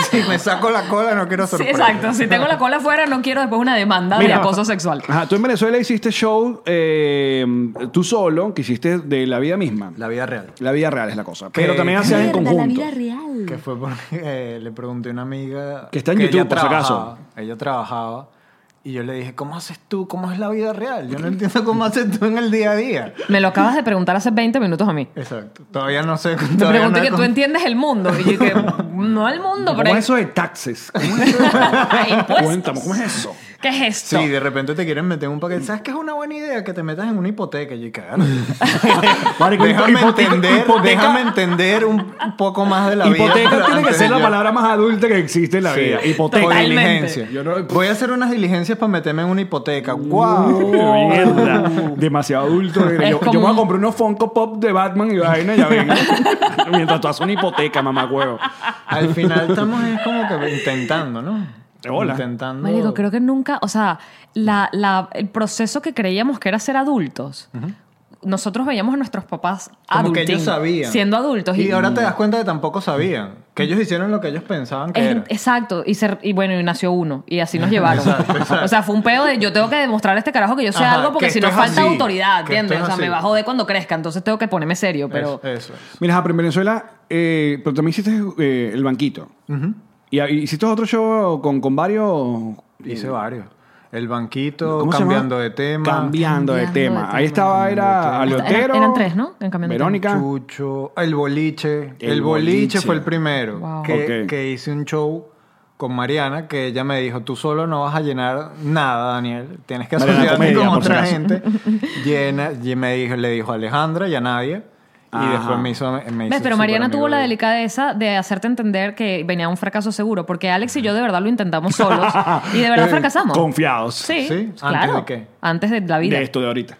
Speaker 5: Si me saco la cola, no quiero
Speaker 2: Sí,
Speaker 5: sorpresa.
Speaker 2: exacto. Si tengo la cola afuera, no quiero después una demanda de acoso sexual.
Speaker 1: Ajá, tú en Venezuela hiciste show eh, tú solo, que hiciste de la vida misma. La,
Speaker 5: La vida real.
Speaker 1: vida real es la cosa. Pero
Speaker 5: Que-
Speaker 1: también hacías en conjunto.
Speaker 2: real.
Speaker 5: Que fue porque eh, le pregunté a una amiga.
Speaker 1: Que está en YouTube, por si acaso.
Speaker 5: trabajaba, Ella trabajaba. Y yo le dije, ¿cómo haces tú? ¿Cómo es la vida real? Yo no entiendo cómo haces tú en el día a día.
Speaker 2: Me lo acabas de preguntar hace 20 minutos a mí.
Speaker 5: Exacto. Todavía no sé.
Speaker 2: Te
Speaker 5: todavía
Speaker 2: pregunté
Speaker 5: no he
Speaker 2: que tú entiendes el mundo. Y yo que no el mundo,
Speaker 1: ¿Cómo
Speaker 2: pero. Pues,
Speaker 1: es eso de taxes?
Speaker 2: Impuestos.
Speaker 1: Cuéntame, ¿cómo es eso?
Speaker 2: ¿Qué es esto?
Speaker 5: Sí, de repente te quieren meter un paquete. ¿Sabes qué es una buena idea? Que te metas en una hipoteca. Y yo, "Claro".
Speaker 1: Marico,
Speaker 5: déjame,
Speaker 1: hipoteca-
Speaker 5: entender,
Speaker 1: hipoteca-
Speaker 5: déjame entender un poco más de la vida.
Speaker 1: Hipoteca tiene que
Speaker 5: antes
Speaker 1: ser
Speaker 5: de
Speaker 1: la
Speaker 5: yo-
Speaker 1: palabra más adulta que existe en la
Speaker 5: Sí.
Speaker 1: vida.
Speaker 5: O
Speaker 1: Hipoteca.
Speaker 2: Total. Totalmente.
Speaker 5: diligencia.
Speaker 1: Yo no-
Speaker 5: Voy a hacer unas diligencias para meterme en una hipoteca. ¡Guau!
Speaker 1: Mierda. Demasiado adulto.
Speaker 2: Es
Speaker 1: Yo, yo
Speaker 2: como
Speaker 1: me voy a
Speaker 2: un-
Speaker 1: comprar unos Funko Pop de Batman y vaina, ya vengo. Mientras tú haces una hipoteca, mamá huevo.
Speaker 5: Al final estamos es como que intentando, ¿no?
Speaker 1: Hola.
Speaker 5: Intentando.
Speaker 2: Marico, creo que nunca, o sea, la- la- el proceso que creíamos que era ser adultos, nosotros veíamos a nuestros papás
Speaker 5: Como que
Speaker 2: adulting,
Speaker 5: ellos sabían.
Speaker 2: siendo adultos. Mm.
Speaker 5: Y ahora te das cuenta que tampoco sabían. Que ellos hicieron lo que ellos pensaban que
Speaker 2: Es-
Speaker 5: era.
Speaker 2: exacto, y, se- y bueno, y nació uno, y así nos llevaron.
Speaker 5: Exacto, exacto.
Speaker 2: O sea, fue un pedo de yo tengo que demostrar a este carajo que yo sé
Speaker 5: Ajá,
Speaker 2: algo porque
Speaker 5: que
Speaker 2: si
Speaker 5: esto
Speaker 2: no
Speaker 5: es
Speaker 2: falta
Speaker 5: así,
Speaker 2: autoridad,
Speaker 5: que esto
Speaker 2: ¿entiendes?
Speaker 5: es
Speaker 2: O sea,
Speaker 5: así.
Speaker 2: me va a joder cuando crezca, entonces tengo que ponerme serio, pero...
Speaker 5: Eso, eso es. eh,
Speaker 1: Mira, ajá, pero en Venezuela, eh, pero también hiciste eh, el banquito. Y y hiciste otro show con, con varios.
Speaker 5: Hice varios. El banquito,
Speaker 1: ¿cómo se llama?
Speaker 5: cambiando de tema.
Speaker 1: Cambiando de
Speaker 2: Cambiando
Speaker 1: tema.
Speaker 2: de tema.
Speaker 1: Ahí estaba, era
Speaker 5: Cambiando
Speaker 2: de tema.
Speaker 1: Aleotero.
Speaker 2: Eran- eran tres, ¿no? En Cambiando de
Speaker 1: Verónica.
Speaker 5: Chucho, el boliche.
Speaker 1: El
Speaker 5: El, boliche,
Speaker 1: boliche.
Speaker 5: fue el primero.
Speaker 2: Wow.
Speaker 5: Que,
Speaker 1: Ok.
Speaker 5: que hice un show con Mariana, que ella me dijo, tú solo no vas a llenar nada, Daniel. Tienes que
Speaker 1: Mariana
Speaker 5: asociarte
Speaker 1: Comedia,
Speaker 5: con
Speaker 1: por si
Speaker 5: otra
Speaker 1: acaso.
Speaker 5: gente. Llena, y me dijo, le dijo a Alejandra y a nadie. Y
Speaker 1: Ajá.
Speaker 5: después me hizo... Me hizo
Speaker 2: ¿Ves? Pero Mariana
Speaker 5: superamigo
Speaker 2: tuvo la
Speaker 5: de-
Speaker 2: delicadeza de hacerte entender que venía un fracaso seguro, porque Alex y yo de verdad lo intentamos solos y de verdad fracasamos.
Speaker 1: Eh, Confiados.
Speaker 2: Sí,
Speaker 5: Eh, ¿Sí? ¿Antes
Speaker 2: claro.
Speaker 5: de qué?
Speaker 2: Antes de la vida.
Speaker 1: De esto de ahorita.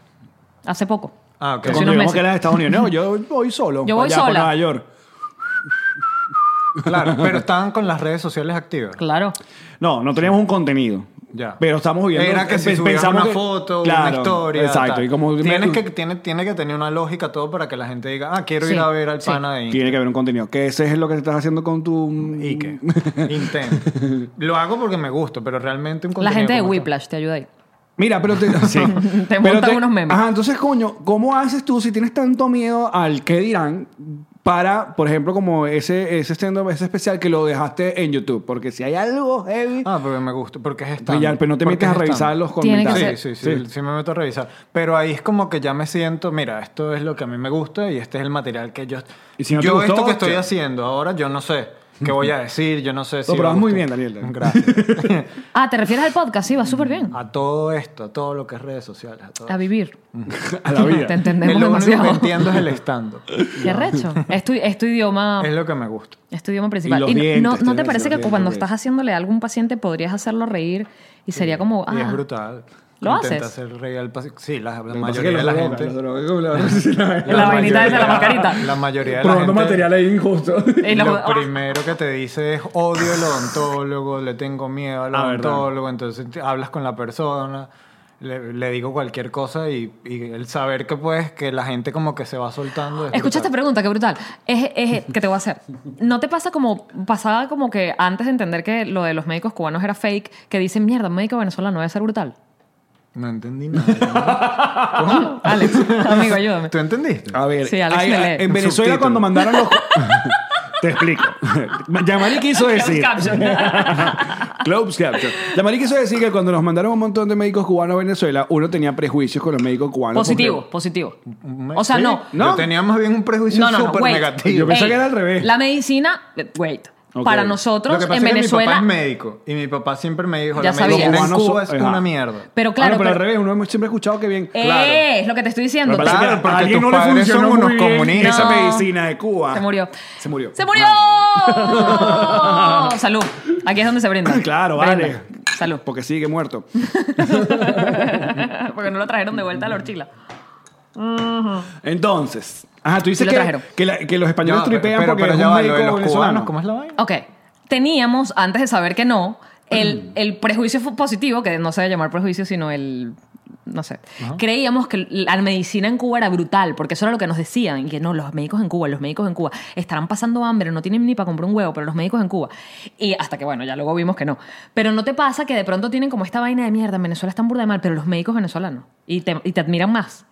Speaker 2: Hace poco.
Speaker 5: Ah, ok.
Speaker 2: Hace
Speaker 1: Cuando
Speaker 2: unos
Speaker 1: llegamos
Speaker 2: meses.
Speaker 1: que era de Estados Unidos. No, yo voy solo.
Speaker 2: Yo voy
Speaker 1: para allá,
Speaker 2: sola.
Speaker 1: Para Nueva York.
Speaker 5: Claro, pero estaban con las redes sociales activas.
Speaker 2: Claro.
Speaker 1: No, no teníamos un contenido.
Speaker 5: Ya.
Speaker 1: Pero estamos viviendo.
Speaker 5: Era que si
Speaker 1: pe-
Speaker 5: subías
Speaker 1: pensamos
Speaker 5: una
Speaker 1: que-
Speaker 5: foto, una
Speaker 1: Claro,
Speaker 5: historia.
Speaker 1: Exacto.
Speaker 5: tal.
Speaker 1: Y como
Speaker 5: Tienes que, tiene, tiene que tener una lógica todo para que la gente diga, ah, quiero
Speaker 2: Sí,
Speaker 5: ir a ver al
Speaker 2: sí.
Speaker 5: pana de Instagram.
Speaker 1: Tiene que haber un contenido. Que ese es lo que estás haciendo con tu.
Speaker 5: ¿Y qué? Mm. Intento. Lo hago porque me gusta, pero realmente un
Speaker 2: La
Speaker 5: contenido
Speaker 2: gente de
Speaker 5: como
Speaker 2: Whiplash te ayuda ahí.
Speaker 1: Mira, pero te. sí.
Speaker 2: Te
Speaker 1: Pero
Speaker 2: montan unos memes.
Speaker 1: Ajá, entonces, coño, ¿cómo haces tú si tienes tanto miedo al qué dirán? Para, por ejemplo, como ese, ese stand-up, ese especial que lo dejaste en YouTube. Porque si hay algo heavy.
Speaker 5: esta. Ah, porque me gusta, porque es
Speaker 1: pues
Speaker 5: stand
Speaker 1: ya, pero no te metes a revisar los
Speaker 2: Tiene que
Speaker 1: comentarios.
Speaker 5: Sí,
Speaker 2: ser.
Speaker 5: sí, sí, sí, me meto a revisar. Pero ahí es como que ya me siento, mira, esto es lo que a mí me gusta y este es el material que yo...
Speaker 1: Y si no te
Speaker 5: yo
Speaker 1: gustó,
Speaker 5: esto que estoy
Speaker 1: ¿qué?
Speaker 5: haciendo ahora, yo no sé qué voy a decir, yo no sé si...
Speaker 1: No, pero
Speaker 5: va a
Speaker 1: vas muy
Speaker 5: gustar.
Speaker 1: bien, Daniel.
Speaker 5: Gracias.
Speaker 2: Ah, ¿te refieres al podcast? Sí, va súper bien.
Speaker 5: a todo esto, a todo lo que es redes sociales. A todo.
Speaker 2: A vivir.
Speaker 1: A la vida.
Speaker 2: Te
Speaker 5: Es
Speaker 2: entendemos
Speaker 5: lo único que
Speaker 2: demasiado.
Speaker 5: entiendo es el stand
Speaker 2: Qué recho. Es tu, es tu idioma.
Speaker 5: Es lo que me gusta.
Speaker 2: Es tu este idioma principal.
Speaker 1: Y los
Speaker 2: no-
Speaker 1: dientes,
Speaker 2: no, no
Speaker 1: tienes
Speaker 2: te
Speaker 1: que
Speaker 2: parece
Speaker 1: hacer
Speaker 2: que
Speaker 1: los
Speaker 2: cuando
Speaker 1: dientes.
Speaker 2: estás haciéndole algo a un paciente podrías hacerlo reír y sería como. Ah,
Speaker 5: Y es brutal.
Speaker 2: ¿Lo
Speaker 5: Intenta
Speaker 2: haces?
Speaker 5: hacer reír al paci- Sí, la, la
Speaker 1: Lo que pasa es
Speaker 5: mayoría
Speaker 1: que
Speaker 5: de la
Speaker 1: los
Speaker 5: gente...
Speaker 1: drogas, los drogas,
Speaker 2: La vainita esa, la mascarita.
Speaker 5: La mayoría de la
Speaker 1: Probando
Speaker 5: gente...
Speaker 1: material ahí injusto.
Speaker 2: y ah,
Speaker 5: lo
Speaker 2: los-
Speaker 5: primero que te dice es odio al odontólogo, le tengo miedo al
Speaker 1: Ah,
Speaker 5: odontólogo, entonces te- hablas con la persona, le, le digo cualquier cosa y, y el saber que pues que la gente como que se va soltando. es
Speaker 2: Escucha este esta
Speaker 5: brutal.
Speaker 2: pregunta, qué brutal. Es, es- que te voy a hacer. ¿No te pasa como pasaba como que antes de entender que lo de los médicos cubanos era fake, que dicen, mierda, un médico venezolano debe ser brutal?
Speaker 5: No entendí nada. ¿Cómo?
Speaker 2: Alex, amigo, ayúdame.
Speaker 5: ¿Tú entendiste?
Speaker 1: A ver,
Speaker 2: Sí, Alex
Speaker 1: hay-
Speaker 2: me
Speaker 1: hay-
Speaker 2: lee.
Speaker 1: en Venezuela
Speaker 5: Subtítulo.
Speaker 1: cuando mandaron los... Te explico. Yamari quiso decir...
Speaker 2: caption.
Speaker 1: Close caption. Yamari quiso decir que cuando nos mandaron un montón de médicos cubanos a Venezuela, uno tenía prejuicios con los médicos cubanos.
Speaker 2: Positivo, positivo. O sea,
Speaker 5: Mm, Sí,
Speaker 2: no.
Speaker 5: Yo tenía más bien un prejuicio
Speaker 2: No, no, no,
Speaker 5: súper
Speaker 2: wait.
Speaker 5: negativo.
Speaker 1: Yo pensé
Speaker 2: Ey,
Speaker 1: que era al revés.
Speaker 2: La medicina, wait.
Speaker 1: Ok.
Speaker 2: Para
Speaker 5: Lo
Speaker 2: nosotros
Speaker 5: que pasa
Speaker 2: en
Speaker 5: es que mi
Speaker 2: Venezuela.
Speaker 5: papá es médico y mi papá siempre me dijo,
Speaker 2: Ya
Speaker 5: la medicina
Speaker 1: sabía.
Speaker 5: en Cuba es
Speaker 1: Ajá.
Speaker 5: una mierda.
Speaker 1: Porque-
Speaker 2: pero
Speaker 1: Ah,
Speaker 2: claro,
Speaker 1: no, pero, al
Speaker 2: pero-
Speaker 1: revés, uno hemos siempre escuchado que bien...
Speaker 2: Eh, es lo que te estoy
Speaker 1: Pero
Speaker 2: diciendo.
Speaker 1: parece
Speaker 5: Claro,
Speaker 1: que
Speaker 5: porque
Speaker 1: a alguien no
Speaker 5: tus
Speaker 1: le
Speaker 5: padres son
Speaker 1: funcionó
Speaker 5: unos
Speaker 1: muy bien
Speaker 5: comunistas.
Speaker 1: Esa
Speaker 2: No.
Speaker 1: medicina de Cuba.
Speaker 2: Se murió.
Speaker 1: Se murió.
Speaker 2: ¡Se murió! Salud. Aquí es donde se brinda.
Speaker 1: Claro,
Speaker 2: Brinda.
Speaker 1: vale.
Speaker 2: Salud.
Speaker 1: Porque sigue muerto.
Speaker 2: Porque no lo trajeron de vuelta a la horchila.
Speaker 1: Entonces... Ajá, tú dices
Speaker 2: Y lo
Speaker 1: que,
Speaker 2: trajeron.
Speaker 1: que, la- que los españoles
Speaker 5: No,
Speaker 1: tripean porque es
Speaker 5: ya
Speaker 1: un
Speaker 5: va, lo de
Speaker 1: médico
Speaker 5: los
Speaker 1: venezolano.
Speaker 5: cubanos, ¿cómo es la vaina?
Speaker 2: Ok. Teníamos,
Speaker 5: Mm.
Speaker 2: antes de saber que no, el, el prejuicio fu- positivo, que no se debe llamar prejuicio, sino el. no sé,
Speaker 5: Ah.
Speaker 2: creíamos que la medicina en Cuba era brutal, porque eso era lo que nos decían, y que no, los médicos en Cuba, los médicos en Cuba estarán pasando hambre, no tienen ni para comprar un huevo, pero los médicos en Cuba. Y hasta que, bueno, ya luego vimos que no. Pero no te pasa que de pronto tienen como esta vaina de mierda, en Venezuela están burda de mal, pero los médicos venezolanos, y te, y te admiran más.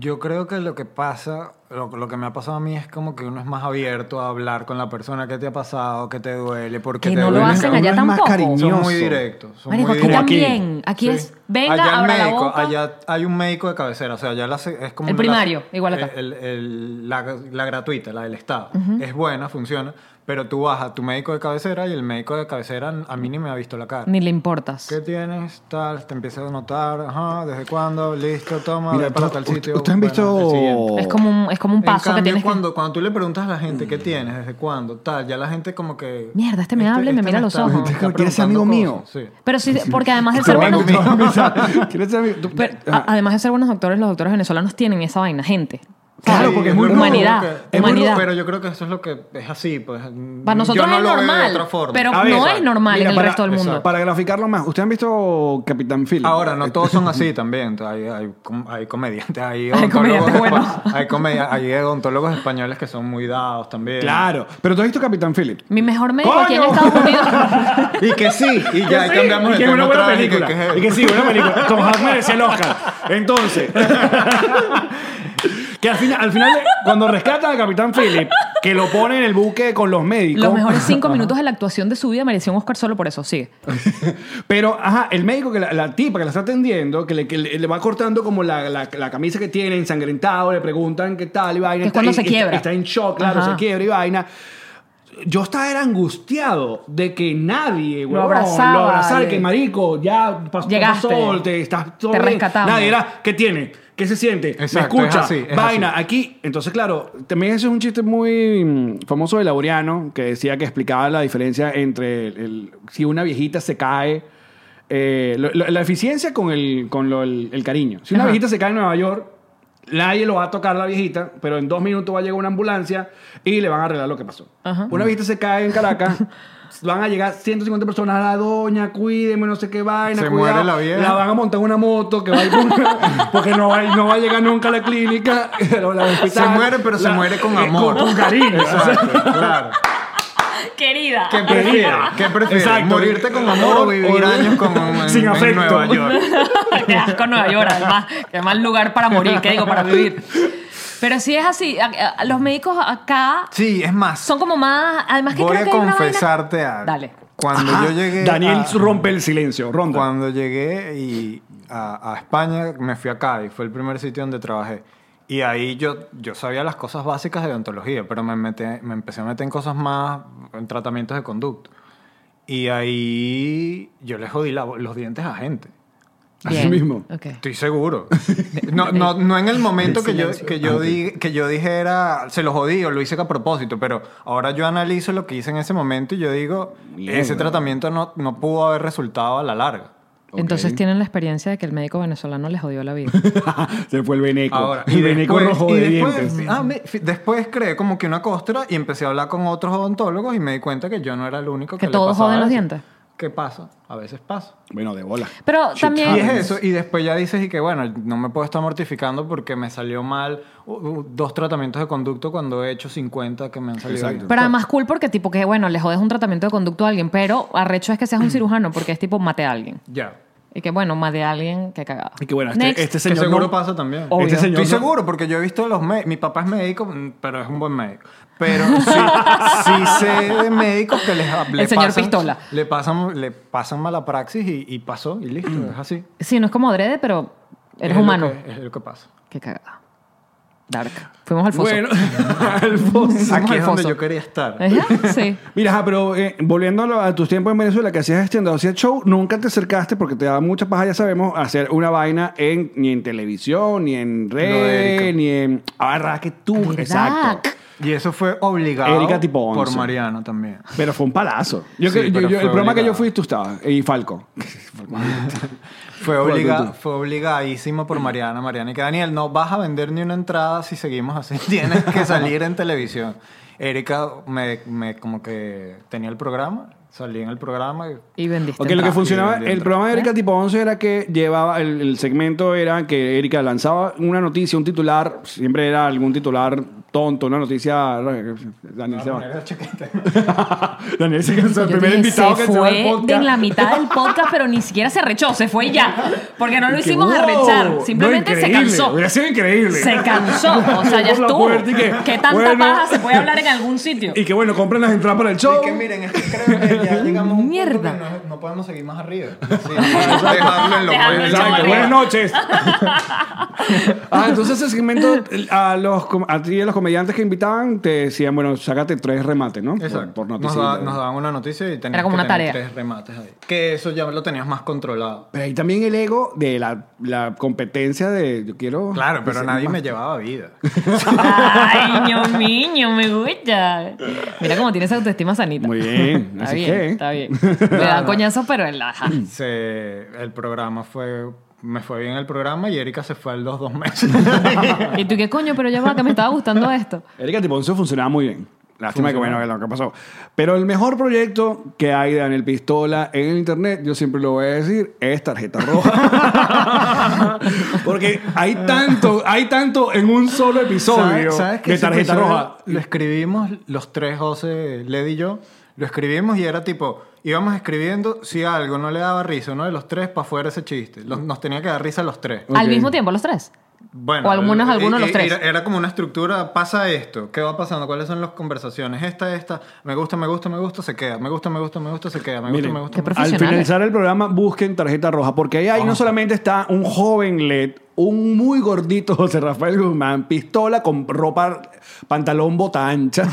Speaker 5: Yo creo que lo que pasa, lo, lo que me ha pasado a mí es como que uno es más abierto a hablar con la persona que te ha pasado, que te duele, porque
Speaker 2: Que
Speaker 5: te
Speaker 2: no lo
Speaker 5: duele.
Speaker 2: hacen allá
Speaker 1: uno es más
Speaker 2: tampoco.
Speaker 1: cariñoso.
Speaker 5: Son muy directos. Son
Speaker 2: Marico,
Speaker 5: muy
Speaker 2: aquí
Speaker 5: directos.
Speaker 2: también. Aquí
Speaker 5: Sí.
Speaker 2: es, venga,
Speaker 5: allá el
Speaker 2: abra la
Speaker 5: médico,
Speaker 2: boca.
Speaker 5: Allá hay un médico de cabecera. O sea, allá la se- es como.
Speaker 2: El
Speaker 5: la-
Speaker 2: primario, igual acá.
Speaker 5: el- el- la, la gratuita, la del Estado. Es buena, funciona. Pero tú vas a tu médico de cabecera y el médico de cabecera a mí ni me ha visto la cara.
Speaker 2: Ni le importas.
Speaker 5: ¿Qué tienes? Tal, te empiezas a notar. Ajá, ¿desde cuándo? Listo, toma,
Speaker 1: Mira,
Speaker 5: ve para
Speaker 1: tú-
Speaker 5: tal
Speaker 1: u-
Speaker 5: sitio.
Speaker 1: ustedes han
Speaker 5: Bueno,
Speaker 1: visto-
Speaker 5: el siguiente.
Speaker 2: Es como un, es como un paso
Speaker 5: en
Speaker 2: que
Speaker 5: cambio,
Speaker 2: tienes
Speaker 5: cuando, cuando tú le preguntas a la gente
Speaker 1: Mm.
Speaker 5: qué tienes, desde cuándo, tal, ya la gente como que.
Speaker 2: Mierda, este me habla y me mira a los
Speaker 5: está-
Speaker 2: ojos.
Speaker 5: me está
Speaker 1: Como que eres
Speaker 5: preguntando
Speaker 1: amigo
Speaker 5: cosas,
Speaker 1: mío.
Speaker 5: sí.
Speaker 2: que... Pero sí, porque además de
Speaker 5: Te
Speaker 2: ser
Speaker 5: van
Speaker 2: buenos...
Speaker 5: conmigo.
Speaker 1: ¿Quieres ser amigo? Tú-
Speaker 2: pero, ah,
Speaker 1: Ajá.
Speaker 2: a- además de ser buenos doctores, los doctores venezolanos tienen esa vaina, gente.
Speaker 1: Ah. Claro,
Speaker 5: Sí,
Speaker 1: porque es muy
Speaker 5: como
Speaker 2: humanidad,
Speaker 5: que- es muy-
Speaker 2: humanidad.
Speaker 5: pero yo creo que eso es lo que es así. Pues,
Speaker 2: Para nosotros
Speaker 5: yo no
Speaker 2: es
Speaker 5: lo veo de
Speaker 2: normal,
Speaker 5: otra forma. Ah,
Speaker 2: pero
Speaker 1: A ver,
Speaker 2: no
Speaker 1: exacto.
Speaker 2: es normal
Speaker 1: Mira,
Speaker 2: en el
Speaker 1: para-
Speaker 2: resto del mundo.
Speaker 5: exacto.
Speaker 1: Para graficarlo más, ¿ustedes han visto Capitán Eh, Phil?
Speaker 5: Ahora, no todos son así también. Hay, hay, com- hay comediantes, hay
Speaker 2: Hay
Speaker 5: odontólogos,
Speaker 2: comediantes
Speaker 5: espa-
Speaker 2: buenos.
Speaker 5: hay, comedia- hay odontólogos españoles que son muy dados también.
Speaker 1: Claro, pero tú has visto Capitán Philip.
Speaker 2: Mi mejor médico
Speaker 1: ¡Coño!
Speaker 2: aquí en Estados Unidos.
Speaker 5: Y que sí, y ya ahí
Speaker 1: Sí,
Speaker 5: cambiamos
Speaker 1: y
Speaker 5: el
Speaker 1: que es una
Speaker 5: tono
Speaker 1: buena
Speaker 5: trágico,
Speaker 1: película.
Speaker 5: que es-
Speaker 1: Y que sí, buena película. Tom Hanks merecía el Oscar. Entonces, que al final, al final de- cuando rescatan al Capitán Philip, que lo ponen en el buque con los médicos.
Speaker 2: Los mejores cinco minutos de la actuación de su vida mereció un Oscar solo por eso, sí.
Speaker 1: Pero, ajá, el médico, que la, la tipa que la está atendiendo, que le, que le- le va cortando como la, la- la camisa que tiene, ensangrentado, le preguntan qué tal y vaina.
Speaker 2: Que es
Speaker 1: está-
Speaker 2: cuando
Speaker 1: y-
Speaker 2: se
Speaker 1: y está-
Speaker 2: quiebra.
Speaker 1: Está, en shock, claro,
Speaker 2: Ajá.
Speaker 1: se quiebra y vaina. Yo estaba era angustiado de que nadie, huevón,
Speaker 2: abrazaba,
Speaker 1: lo abrazara,
Speaker 2: le-
Speaker 1: que marico, ya pas- pasó,
Speaker 2: Llegaste.
Speaker 1: te estás todo
Speaker 2: Te
Speaker 1: bien.
Speaker 2: rescatamos.
Speaker 1: Nadie era, ¿qué tiene? ¿Qué se siente? ¿Me
Speaker 5: Exacto,
Speaker 1: escucha?
Speaker 5: es así, es
Speaker 1: vaina,
Speaker 5: así.
Speaker 1: aquí. Entonces, claro, también ese es un chiste muy mm, famoso de Laureano, que decía que explicaba la diferencia entre el- el- si una viejita se cae, eh, lo- lo- la eficiencia con el, con lo- el, el cariño. Si una
Speaker 2: Ajá.
Speaker 1: viejita se cae en Nueva York, nadie lo va a tocar la viejita, pero en dos minutos va a llegar una ambulancia y le van a arreglar lo que pasó.
Speaker 2: Ajá.
Speaker 1: Una viejita se cae en Caracas. Van a llegar 150 personas a la doña, cuídeme, no sé qué vaina.
Speaker 5: Se
Speaker 1: cuidado.
Speaker 5: muere la vieja.
Speaker 1: La van a montar en una moto que va a ir con- porque no va, no va a llegar nunca a la clínica. pero la
Speaker 5: Se
Speaker 1: hospital,
Speaker 5: muere, pero se
Speaker 1: la-
Speaker 5: muere con
Speaker 1: eh,
Speaker 5: amor.
Speaker 1: Con, cariño.
Speaker 5: Exacto, claro.
Speaker 2: Querida.
Speaker 5: ¿Qué prefieres? ¿Qué prefieres?
Speaker 1: Exacto.
Speaker 5: ¿Morirte con amor o vivir años con en-
Speaker 1: Sin
Speaker 5: en
Speaker 1: afecto.
Speaker 5: Nueva York?
Speaker 2: Qué asco Nueva York, además. Qué mal lugar para morir, que digo, para vivir. Pero sí es así. a- a- Los médicos acá
Speaker 5: Sí, es más.
Speaker 2: son como más. Además, que
Speaker 5: voy
Speaker 2: creo
Speaker 5: a
Speaker 2: que hay una vaina-
Speaker 5: confesarte algo.
Speaker 2: Dale.
Speaker 5: Cuando
Speaker 1: Ajá.
Speaker 5: yo llegué.
Speaker 1: Daniel
Speaker 5: a-
Speaker 1: rompe el silencio. Ronda.
Speaker 5: Cuando llegué y a, a España, me fui a Cádiz, fue el primer sitio donde trabajé. Y ahí yo, yo sabía las cosas básicas de odontología, pero me, meté- me empecé a meter en cosas más, en tratamientos de conducto. Y ahí yo le jodí la- los dientes a gente.
Speaker 1: Así
Speaker 2: Bien,
Speaker 1: mismo.
Speaker 2: ok.
Speaker 5: Estoy seguro. No, no, no en el Ah, momento que yo, que, yo di- que yo dijera, se lo jodí o lo hice a propósito, pero ahora yo analizo lo que hice en ese momento y yo digo, ese tratamiento no, no pudo haber resultado a la larga.
Speaker 2: Entonces tienen la experiencia de que el médico venezolano les jodió la vida.
Speaker 1: se fue el veneco.
Speaker 5: Ahora,
Speaker 1: el veneco rojo
Speaker 5: y
Speaker 1: de
Speaker 5: después-
Speaker 1: dientes.
Speaker 5: ah, me- fi- después creé como que una costra y empecé a hablar con otros odontólogos y me di cuenta que yo no era el único que,
Speaker 2: Que
Speaker 5: le
Speaker 2: todos
Speaker 5: pasaba
Speaker 2: joden los
Speaker 5: eso.
Speaker 2: dientes.
Speaker 5: ¿Qué pasa? A veces pasa.
Speaker 1: Bueno, de bola.
Speaker 2: Pero
Speaker 1: Ah,
Speaker 2: también.
Speaker 5: Y es eso, y después ya dices y que bueno, no me puedo estar mortificando porque me salió mal uh, uh, dos tratamientos de conducto cuando he hecho 50 que me han salido.
Speaker 1: Exacto.
Speaker 5: bien.
Speaker 2: Pero además cool porque tipo que bueno, le jodes un tratamiento de conducto a alguien, pero arrecho es que seas un cirujano porque es tipo mate a alguien.
Speaker 5: Ya.
Speaker 2: Y que bueno, mate a alguien que cagada.
Speaker 1: Y que bueno, este,
Speaker 2: Next.
Speaker 1: este
Speaker 5: Que
Speaker 1: señor.
Speaker 5: seguro
Speaker 1: no-
Speaker 5: pasa también.
Speaker 1: Obvio. Este señor
Speaker 5: Estoy
Speaker 1: no-
Speaker 5: seguro porque yo he visto los médicos. Mi papá es médico, mm, pero es un buen médico. Pero sí, sí sé de médicos que les le
Speaker 2: El señor
Speaker 5: pasan,
Speaker 2: Pistola.
Speaker 5: Le pasan, le pasan mala praxis y, y pasó y listo.
Speaker 1: Mm.
Speaker 5: Es así.
Speaker 2: Sí, no es como adrede, pero
Speaker 5: Es
Speaker 2: eres
Speaker 5: lo
Speaker 2: humano.
Speaker 5: que- es lo que pasa.
Speaker 2: Qué cagada. Dark. Fuimos al foso.
Speaker 1: Bueno, al foso.
Speaker 5: Aquí es
Speaker 2: al
Speaker 5: donde
Speaker 2: foso.
Speaker 5: yo quería estar.
Speaker 2: Ajá, ¿Eh? Sí.
Speaker 1: Mira, ajá, pero eh, volviendo a, lo- a tus tiempos en Venezuela, que hacías stand hacías show, nunca te acercaste, porque te daba mucha paja, ya sabemos, a hacer una vaina en, ni en televisión, ni en
Speaker 5: de
Speaker 1: red,
Speaker 5: Erika.
Speaker 1: ni en... Ah, ¿verdad que tú?
Speaker 2: ¿Verdad?
Speaker 1: Exacto.
Speaker 5: Y eso fue obligado
Speaker 1: Erika tipo
Speaker 5: por
Speaker 1: once.
Speaker 5: Mariano también.
Speaker 1: Pero fue un palazo. Yo, que-
Speaker 5: Sí,
Speaker 1: yo-
Speaker 5: pero
Speaker 1: yo-
Speaker 5: fue
Speaker 1: el programa que yo
Speaker 5: obligado.
Speaker 1: fui, tú estabas, y Falco.
Speaker 5: Fue,
Speaker 1: Fue
Speaker 5: obliga-
Speaker 1: Arturo.
Speaker 5: fue obligadísimo por Mariana. Mariana y que Daniel, no vas a vender ni una entrada si seguimos así. Tienes que salir en televisión. Erika me, me como que tenía el programa salí en el programa y
Speaker 2: Y vendiste.
Speaker 1: Ok, lo que
Speaker 2: entradas.
Speaker 1: funcionaba,
Speaker 5: bien, bien,
Speaker 1: el programa de
Speaker 5: ¿Eh?
Speaker 1: Erika Tipo 11 era que llevaba, el, el segmento era que Erika lanzaba una noticia, un titular, siempre era algún titular tonto, una noticia... eh, Daniel se va.
Speaker 5: Era chaqueta.
Speaker 1: Daniel se cansó, el
Speaker 2: Yo
Speaker 1: primer
Speaker 2: dije,
Speaker 1: invitado
Speaker 2: se
Speaker 1: que se va al
Speaker 2: fue en la
Speaker 1: podcast.
Speaker 2: mitad del podcast, pero ni siquiera se rechó, se fue y ya. Porque no lo
Speaker 1: Y que,
Speaker 2: hicimos
Speaker 1: wow,
Speaker 2: arrechar,
Speaker 1: no,
Speaker 2: simplemente se
Speaker 1: increíble,
Speaker 2: cansó.
Speaker 1: Hubiera sido increíble.
Speaker 2: Se cansó, o sea,
Speaker 1: Por
Speaker 2: ya
Speaker 1: la
Speaker 2: estuvo.
Speaker 1: puerta y que,
Speaker 2: ¿Qué tanta
Speaker 1: bueno.
Speaker 2: paja se puede hablar en algún sitio?
Speaker 1: Y que bueno, compren las entradas para el show.
Speaker 5: Y que miren, es que creo que ya llegamos a un punto
Speaker 2: Mierda.
Speaker 5: que no, no podemos seguir más arriba. Sí, dejarlo en lo
Speaker 2: Dejadlo
Speaker 5: bueno.
Speaker 2: en
Speaker 1: Exacto, buenas
Speaker 2: Chaval, arriba.
Speaker 1: noches. ah, entonces el segmento el- a los com- a ti y a los comediantes que invitaban te decían, bueno, sácate tres remates, ¿no? Por-
Speaker 5: Exacto.
Speaker 1: Por,
Speaker 5: nos,
Speaker 1: noticita.
Speaker 5: da- nos daban una noticia y tenías
Speaker 2: Era como
Speaker 5: que
Speaker 2: una tarea.
Speaker 5: tener tres remates ahí. Que eso ya lo tenías más controlado.
Speaker 1: Pero ahí también el ego de la, la competencia de yo quiero.
Speaker 5: Claro, pero
Speaker 1: ser
Speaker 5: nadie
Speaker 1: más-
Speaker 5: me llevaba vida.
Speaker 2: Ay, ñomiño, me gusta. Mira cómo tiene esa autoestima sanita.
Speaker 1: Muy bien,
Speaker 2: Está
Speaker 1: así
Speaker 2: bien,
Speaker 1: que-
Speaker 2: está bien. Le dan coñazos, pero en la... ajá.
Speaker 5: Se, el programa fue... Me fue bien el programa y Erika se fue a los dos meses.
Speaker 2: ¿Y tú qué coño? Pero ya va, que me estaba gustando esto.
Speaker 1: Erika Tiponcio funcionaba muy bien. Lástima que bueno, lo que pasó. Pero el mejor proyecto que hay de Daniel Pistola en el internet, yo siempre lo voy a decir, es tarjeta roja. Porque hay tanto, hay tanto en un solo episodio
Speaker 5: ¿Sabes- sabes que
Speaker 1: de
Speaker 5: ese
Speaker 1: tarjeta
Speaker 5: episodio
Speaker 1: roja.
Speaker 5: Lo escribimos los tres, José, Led y yo. Lo escribimos y era tipo, íbamos escribiendo si algo no le daba risa, uno de los tres, para fuera ese chiste. Los- nos tenía que dar risa a los tres.
Speaker 2: Al
Speaker 1: Ok.
Speaker 2: mismo tiempo, los tres.
Speaker 5: Bueno,
Speaker 2: Mm. O algunos-
Speaker 5: eh,
Speaker 2: algunos
Speaker 5: eh,
Speaker 2: los tres.
Speaker 5: Era, era como una estructura, pasa esto, ¿qué va pasando? ¿Cuáles son las conversaciones? Esta, esta, me gusta, me gusta, me gusta, se queda. Me gusta, me gusta, me gusta, se queda. Me gusta,
Speaker 1: Miren,
Speaker 5: me gusta.
Speaker 2: qué
Speaker 5: me gusta.
Speaker 1: Al
Speaker 2: profesionales.
Speaker 1: finalizar el programa, busquen tarjeta roja, porque ahí, ahí no solamente está un joven LED, un muy gordito José Rafael Guzmán, pistola con ropa, pantalón bota ancha,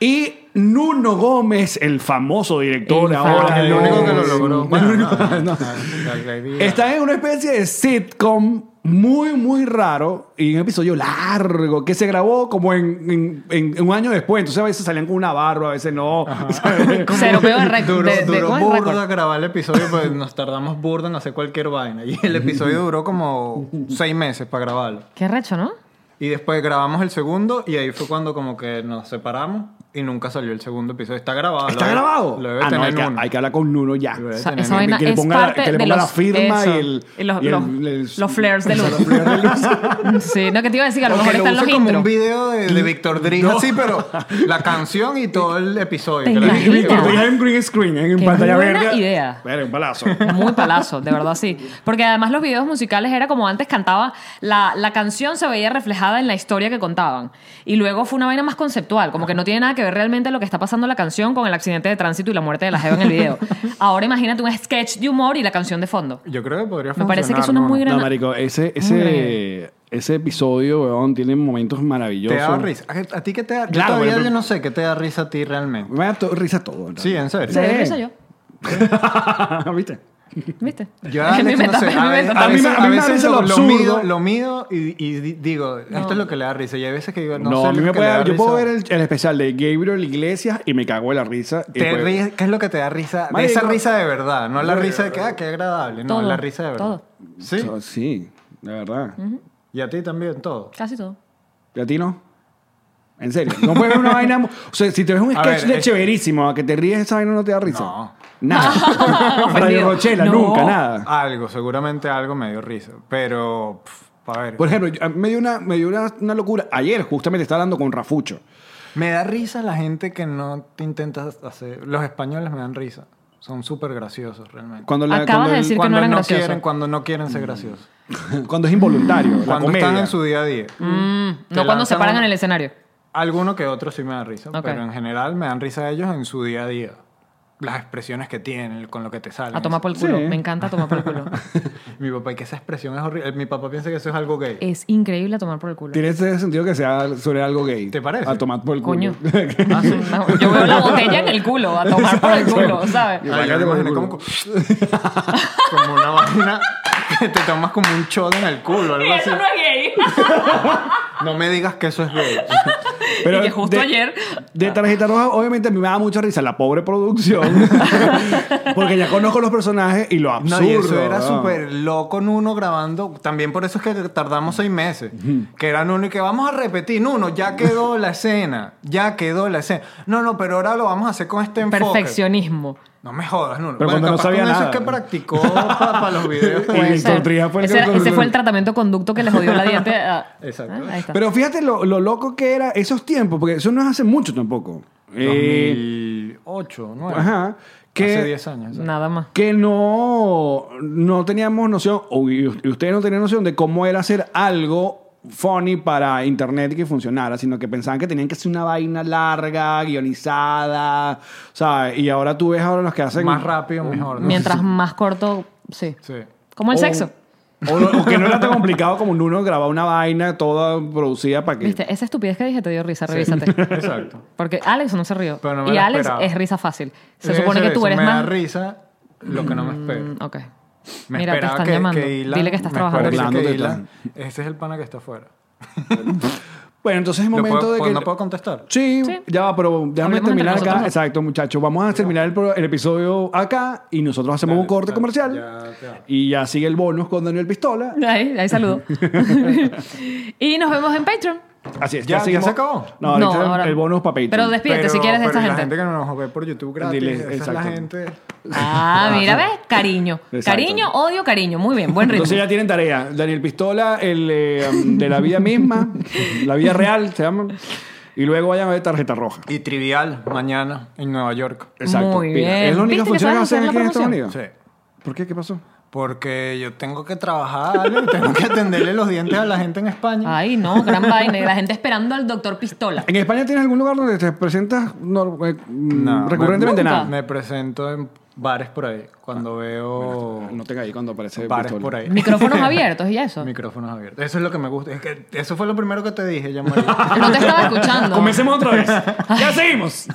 Speaker 1: y Nuno Gómez, el famoso director
Speaker 2: El
Speaker 1: ahora.
Speaker 5: El
Speaker 1: de-
Speaker 5: único que lo logró.
Speaker 1: El
Speaker 5: Bueno,
Speaker 1: único-
Speaker 5: no,
Speaker 1: no.
Speaker 5: la- la- la-
Speaker 1: Está en una especie de sitcom muy, muy raro y un episodio largo que se grabó como en, en- en un año después. Entonces a veces salían con una barba, a veces no. ¿sabes?
Speaker 2: Cero peo de récord.
Speaker 5: Duró,
Speaker 2: de- de-
Speaker 5: duró
Speaker 2: ¿cuál es récord?
Speaker 5: burda grabar el episodio, pues nos tardamos burda en hacer cualquier vaina. Y el episodio duró como seis meses para grabarlo.
Speaker 2: Qué recho, ¿no?
Speaker 5: Y después grabamos el segundo y ahí fue cuando como que nos separamos y nunca salió el segundo episodio. Está grabado.
Speaker 1: ¿Está
Speaker 5: lo debe-
Speaker 1: grabado?
Speaker 5: Lo debe
Speaker 1: Ah, no, hay,
Speaker 5: tener
Speaker 1: que,
Speaker 5: uno.
Speaker 1: hay que hablar con Nuno ya.
Speaker 5: Lo debe
Speaker 2: Esa,
Speaker 5: tener
Speaker 2: esa
Speaker 5: uno.
Speaker 2: vaina
Speaker 1: que le
Speaker 2: es
Speaker 1: ponga la-
Speaker 2: parte
Speaker 1: que le
Speaker 2: de
Speaker 1: ponga
Speaker 2: los,
Speaker 1: la firma y
Speaker 2: eso,
Speaker 1: el-
Speaker 2: los,
Speaker 1: y el-
Speaker 2: los-
Speaker 1: el-
Speaker 2: los flares de luz. sí, no, que te iba a decir que a lo
Speaker 5: O
Speaker 2: mejor
Speaker 5: que lo
Speaker 2: están los
Speaker 5: use como un
Speaker 2: intros.
Speaker 5: video de, de Víctor Drija,
Speaker 1: No.
Speaker 5: sí, pero la canción y todo el episodio.
Speaker 2: ¿Te
Speaker 5: que la-
Speaker 2: imaginas?
Speaker 1: Víctor, tú ya en green screen, en
Speaker 2: Qué
Speaker 1: pantalla
Speaker 2: buena
Speaker 1: verde.
Speaker 2: idea.
Speaker 1: Pero un palazo.
Speaker 2: Muy palazo, de verdad sí. Porque además los videos musicales era como antes cantaba, la, la canción se veía reflejada en la historia que contaban. Y luego fue una vaina más conceptual, como que no tiene nada que ver realmente lo que está pasando en la canción con el accidente de tránsito y la muerte de la Jeva en el video. Ahora imagínate un sketch de humor y la canción de fondo.
Speaker 5: Yo creo que podría
Speaker 2: Me parece que
Speaker 5: funcionar,
Speaker 2: es una
Speaker 5: ¿no?
Speaker 2: muy gran-
Speaker 1: No, marico, ese, ese, ese episodio, weón, tiene momentos maravillosos.
Speaker 5: Te da risa. ¿A, a ti qué te da?
Speaker 1: Claro,
Speaker 5: Claro, todavía
Speaker 1: pero-
Speaker 5: yo no sé qué te da risa a ti realmente.
Speaker 1: Me da to- risa todo. en
Speaker 5: Sí,
Speaker 1: realidad.
Speaker 5: en serio.
Speaker 1: Sí.
Speaker 2: Eso yo.
Speaker 1: ¿Viste?
Speaker 2: ¿Viste?
Speaker 5: Yo
Speaker 2: Es
Speaker 5: a
Speaker 2: mi
Speaker 5: Alex, no
Speaker 2: meta,
Speaker 5: sé,
Speaker 2: es mi
Speaker 5: a veces,
Speaker 2: meta.
Speaker 1: A
Speaker 5: a
Speaker 1: mí me-
Speaker 5: veces,
Speaker 1: a mí me da
Speaker 5: a veces
Speaker 1: risa lo
Speaker 5: lo, lo mido,
Speaker 1: absurdo.
Speaker 5: lo mido y, y di- digo, esto es lo que le da risa. Y hay veces que digo, no,
Speaker 1: No,
Speaker 5: sé
Speaker 1: a mí
Speaker 5: lo
Speaker 1: me
Speaker 5: que
Speaker 1: puede
Speaker 5: le da
Speaker 1: dar- yo
Speaker 5: risa.
Speaker 1: puedo ver el, el especial de Gabriel Iglesias y me cago de la risa. y
Speaker 5: Te
Speaker 1: pues-
Speaker 5: ríes- ¿Qué es lo que te da risa? De
Speaker 1: Marico.
Speaker 5: esa risa de verdad, no la risa de que, ah, qué agradable. No,
Speaker 2: Todo,
Speaker 5: la risa de verdad.
Speaker 2: todo.
Speaker 5: Sí.
Speaker 1: So- Sí, de verdad.
Speaker 5: Y a ti también, todo.
Speaker 2: Casi todo.
Speaker 1: ¿Y a ti no? En serio, no puedes ver una vaina. O sea, si te ves un
Speaker 5: A
Speaker 1: sketch
Speaker 5: ver,
Speaker 1: de
Speaker 5: es-
Speaker 1: chéverísimo a que te ríes, esa vaina no te da risa.
Speaker 5: No.
Speaker 1: Nada. Radio
Speaker 2: Ofendido.
Speaker 1: Rochela,
Speaker 2: No.
Speaker 1: nunca,
Speaker 5: Ah.
Speaker 1: nada.
Speaker 5: Algo, seguramente algo me dio risa. Pero, pf, a ver.
Speaker 1: Por ejemplo, yo- a mí me dio, una, me dio una, una locura. Ayer justamente estaba hablando con Rafucho.
Speaker 5: Me da risa la gente que no te intentas hacer. Los españoles me dan risa. Son súper graciosos realmente.
Speaker 1: Cuando, la-
Speaker 2: Acabas
Speaker 1: cuando
Speaker 2: de
Speaker 1: el-
Speaker 2: decir que
Speaker 5: cuando
Speaker 2: no eran graciosos.
Speaker 5: quieren, cuando no quieren ser graciosos.
Speaker 1: cuando es involuntario, la
Speaker 5: Cuando
Speaker 1: comedia.
Speaker 5: están en su día a día.
Speaker 2: Mm.
Speaker 5: Mm, Te
Speaker 2: No cuando se
Speaker 5: lanzan
Speaker 2: paran
Speaker 5: un-
Speaker 2: en el escenario.
Speaker 5: Alguno que otro sí me da risa,
Speaker 2: Ok.
Speaker 5: pero en general me dan risa ellos en su día a día. Las expresiones que tienen, con lo que te salen.
Speaker 2: A tomar por el culo.
Speaker 1: Sí.
Speaker 2: Me encanta tomar por el culo.
Speaker 5: Mi papá, y que esa expresión es horrible. Mi papá piensa que eso es algo gay.
Speaker 2: Es increíble tomar por el culo.
Speaker 1: Tiene ese sentido que sea sobre algo gay.
Speaker 5: ¿Te parece?
Speaker 1: A tomar por el
Speaker 2: Coño.
Speaker 1: culo.
Speaker 5: Ah, sí.
Speaker 2: No, yo veo la botella en el culo, a tomar por el culo, ¿sabes?
Speaker 5: Ah, yo me imaginé como, como una vaina que te tomas como un shot en el culo, algo así.
Speaker 2: es gay.
Speaker 5: No me digas que eso es gay.
Speaker 2: y que justo
Speaker 1: de-
Speaker 2: ayer.
Speaker 1: De tarjeta roja, obviamente a mí me da mucha risa la pobre producción. porque ya conozco los personajes y lo absurdo. Ah.
Speaker 5: No, y eso era
Speaker 1: ¿no?
Speaker 5: súper loco Nuno grabando. También por eso es que tardamos seis meses. Que era Nuno y que vamos a repetir. Nuno, ya quedó la escena. Ya quedó la escena. No, no, pero ahora lo vamos a hacer con este enfoque.
Speaker 2: Perfeccionismo.
Speaker 5: No me jodas, Nuno.
Speaker 1: Pero cuando no
Speaker 5: capaz
Speaker 1: sabía
Speaker 5: con
Speaker 1: nada.
Speaker 5: Eso es que practicó para los videos. pues,
Speaker 1: Y
Speaker 2: Puede
Speaker 1: Víctor
Speaker 2: ser.
Speaker 1: Trija fue el que
Speaker 2: ese, era-
Speaker 1: lo
Speaker 2: ese fue
Speaker 1: consiguió.
Speaker 2: el tratamiento conducto que le jodió la diente. a-
Speaker 5: Exacto.
Speaker 2: Ah, ahí está.
Speaker 1: Pero fíjate lo, lo loco que era esos tiempos, porque eso no es hace mucho tampoco. Eh,
Speaker 5: 2008, 9.
Speaker 1: Pues, ajá. Que,
Speaker 5: Hace 10 años. exacto.
Speaker 2: Nada más.
Speaker 1: que no, no teníamos noción, o y us- y ustedes no tenían noción de cómo era hacer algo funny para internet que funcionara, sino que pensaban que tenían que hacer una vaina larga, guionizada, ¿sabes? Y ahora tú ves ahora los que hacen...
Speaker 5: Más rápido, mejor. ¿no?
Speaker 2: Mientras más corto, sí.
Speaker 5: Sí.
Speaker 2: Como el
Speaker 1: O-
Speaker 2: sexo.
Speaker 1: O, o que no era tan complicado como uno grababa una vaina toda producida para que...
Speaker 2: Viste, esa estupidez que dije te dio risa, revísate.
Speaker 5: Exacto.
Speaker 2: Porque Alex no se rió.
Speaker 5: Pero no me
Speaker 2: y
Speaker 5: la
Speaker 2: Alex
Speaker 5: esperaba.
Speaker 2: es risa fácil. Se
Speaker 5: Debe
Speaker 2: supone
Speaker 5: ser
Speaker 2: que tú
Speaker 5: eso,
Speaker 2: eres
Speaker 5: me
Speaker 2: más.
Speaker 5: da risa lo que no me espero.
Speaker 2: Mm, ok.
Speaker 5: Me
Speaker 2: Mira, te
Speaker 5: esperaba
Speaker 2: están
Speaker 5: que-
Speaker 2: llamando.
Speaker 5: que Ilan-
Speaker 2: Dile que estás
Speaker 5: me
Speaker 2: trabajando.
Speaker 5: esperaba que
Speaker 1: Orlando te
Speaker 5: Ilan- Ese es el pana que está afuera.
Speaker 1: Bueno, entonces es
Speaker 5: ¿Lo
Speaker 1: momento
Speaker 5: puedo- pues,
Speaker 1: de que...
Speaker 5: ¿No puedo contestar?
Speaker 1: Sí,
Speaker 2: Sí.
Speaker 1: ya va, pero déjame
Speaker 2: Hablemos entre
Speaker 1: terminar acá.
Speaker 2: nosotros.
Speaker 1: Exacto, muchachos. Vamos a terminar el, pro- el episodio acá y nosotros hacemos un corte comercial.
Speaker 5: ya te hablo.
Speaker 1: y ya sigue el bonus con Daniel Pistola.
Speaker 2: Ahí, ahí saludo. y nos vemos en Patreon.
Speaker 1: Así es.
Speaker 5: ¿Ya- ya
Speaker 1: seguimos.
Speaker 5: se acabó?
Speaker 1: No, ahorita el- el bonus para Patreon.
Speaker 2: Pero despídete si
Speaker 5: Pero-
Speaker 2: quieres de
Speaker 5: pero
Speaker 2: esta
Speaker 5: La
Speaker 2: gente.
Speaker 5: gente que nos ve por YouTube gratis,
Speaker 1: Dile,
Speaker 5: esa es la
Speaker 1: exacto.
Speaker 5: gente.
Speaker 2: Ah, mira, ¿ves? Cariño.
Speaker 1: Exacto.
Speaker 2: Cariño, odio, cariño. Muy bien, buen ritmo.
Speaker 1: Entonces ya tienen tarea. Daniel Pistola, el eh, um, de la vida misma, la vida real, se llama. Y luego vayan a ver Tarjeta Roja.
Speaker 5: Y Trivial, mañana, en Nueva York.
Speaker 1: Exacto.
Speaker 2: Muy
Speaker 1: Mira,
Speaker 2: bien.
Speaker 1: Es la única
Speaker 2: ¿Viste que
Speaker 1: función que
Speaker 2: sabes
Speaker 1: hacen
Speaker 2: hacer la
Speaker 1: aquí en Estados
Speaker 2: promoción?
Speaker 1: Unidos.
Speaker 5: Sí.
Speaker 1: ¿Por qué? ¿Qué pasó?
Speaker 5: Porque yo tengo que trabajar, Ale, tengo que atenderle los dientes a la gente en España.
Speaker 2: Ay, no, gran vaina. Y la gente esperando al doctor Pistola.
Speaker 1: ¿En España tienes algún lugar donde te presentas nor- eh, mm,
Speaker 5: No,
Speaker 1: recurrentemente?
Speaker 5: me-
Speaker 1: Nada.
Speaker 5: Me presento en bares por ahí, cuando veo
Speaker 1: No te caí cuando aparece
Speaker 5: bares
Speaker 1: Pistola.
Speaker 5: por ahí.
Speaker 2: Micrófonos abiertos y eso.
Speaker 5: Micrófonos abiertos. Eso es lo que me gusta. Es que eso fue lo primero que te dije, ya María.
Speaker 2: No te estaba escuchando.
Speaker 1: Comencemos otra vez. ya seguimos.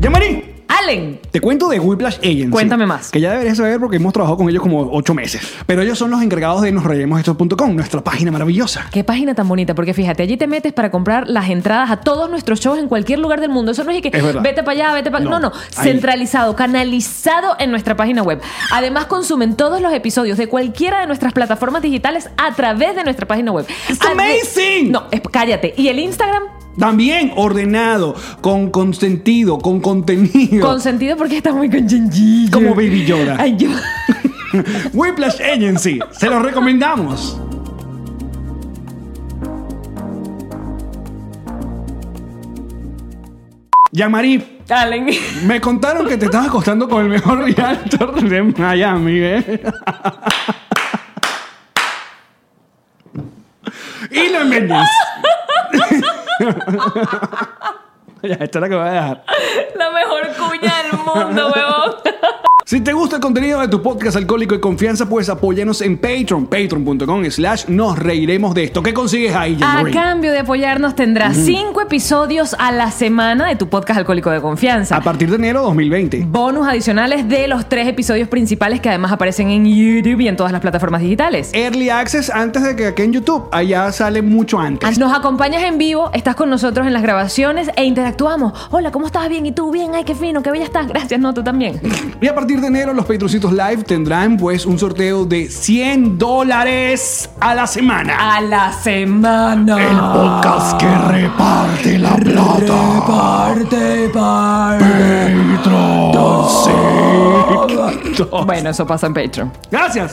Speaker 1: Yamari,
Speaker 2: Allen.
Speaker 1: te cuento de Whiplash Agency.
Speaker 2: Cuéntame más.
Speaker 1: Que ya deberías saber porque hemos trabajado con ellos como ocho meses. Pero ellos son los encargados de nosreyemosesto.com, nuestra página maravillosa.
Speaker 2: Qué página tan bonita, porque fíjate, allí te metes para comprar las entradas a todos nuestros shows en cualquier lugar del mundo. Eso no es que
Speaker 1: Es verdad.
Speaker 2: vete para allá, vete para acá.
Speaker 1: No,
Speaker 2: No, no,
Speaker 1: ahí.
Speaker 2: centralizado, canalizado en nuestra página web. Además, consumen todos los episodios de cualquiera de nuestras plataformas digitales a través de nuestra página web.
Speaker 1: It's
Speaker 2: Adem-
Speaker 1: amazing.
Speaker 2: No, es- cállate. ¿Y el Instagram?
Speaker 1: También ordenado, con consentido, con contenido.
Speaker 2: Consentido porque está muy con chinchillo.
Speaker 1: Como Baby Yoda.
Speaker 2: Ay, yo.
Speaker 1: Whiplash Agency, se los recomendamos. Yamari,
Speaker 2: Allen.
Speaker 1: Me contaron que te estás acostando con el mejor realtor de Miami, ¿eh? Elon Mendes. ya, esta es la que voy a dejar.
Speaker 2: La mejor cuña del mundo, huevón.
Speaker 1: Si te gusta el contenido de tu podcast Alcohólico y Confianza, pues apóyanos en Patreon, patreon.com slash nos reiremos de esto. ¿Qué consigues ahí,
Speaker 2: A
Speaker 1: Jean-Marie?
Speaker 2: cambio de apoyarnos tendrás cinco episodios a la semana de tu podcast Alcohólico de Confianza.
Speaker 1: A partir de enero 2020.
Speaker 2: Bonus adicionales de los tres episodios principales que además aparecen en YouTube y en todas las plataformas digitales.
Speaker 1: Early Access antes de que aquí en YouTube. Allá sale mucho antes.
Speaker 2: Nos acompañas en vivo, estás con nosotros en las grabaciones e interactuamos. Hola, ¿cómo estás? Bien, ¿y tú? Bien, ay, qué fino, qué bella estás. Gracias, no, tú también.
Speaker 1: Y a partir de enero los Patroncitos Live tendrán pues un sorteo de 100 dólares a la semana.
Speaker 2: A la semana.
Speaker 1: El podcast que reparte la plata. Reparte,
Speaker 2: Bueno, eso pasa en Patreon.
Speaker 1: Gracias.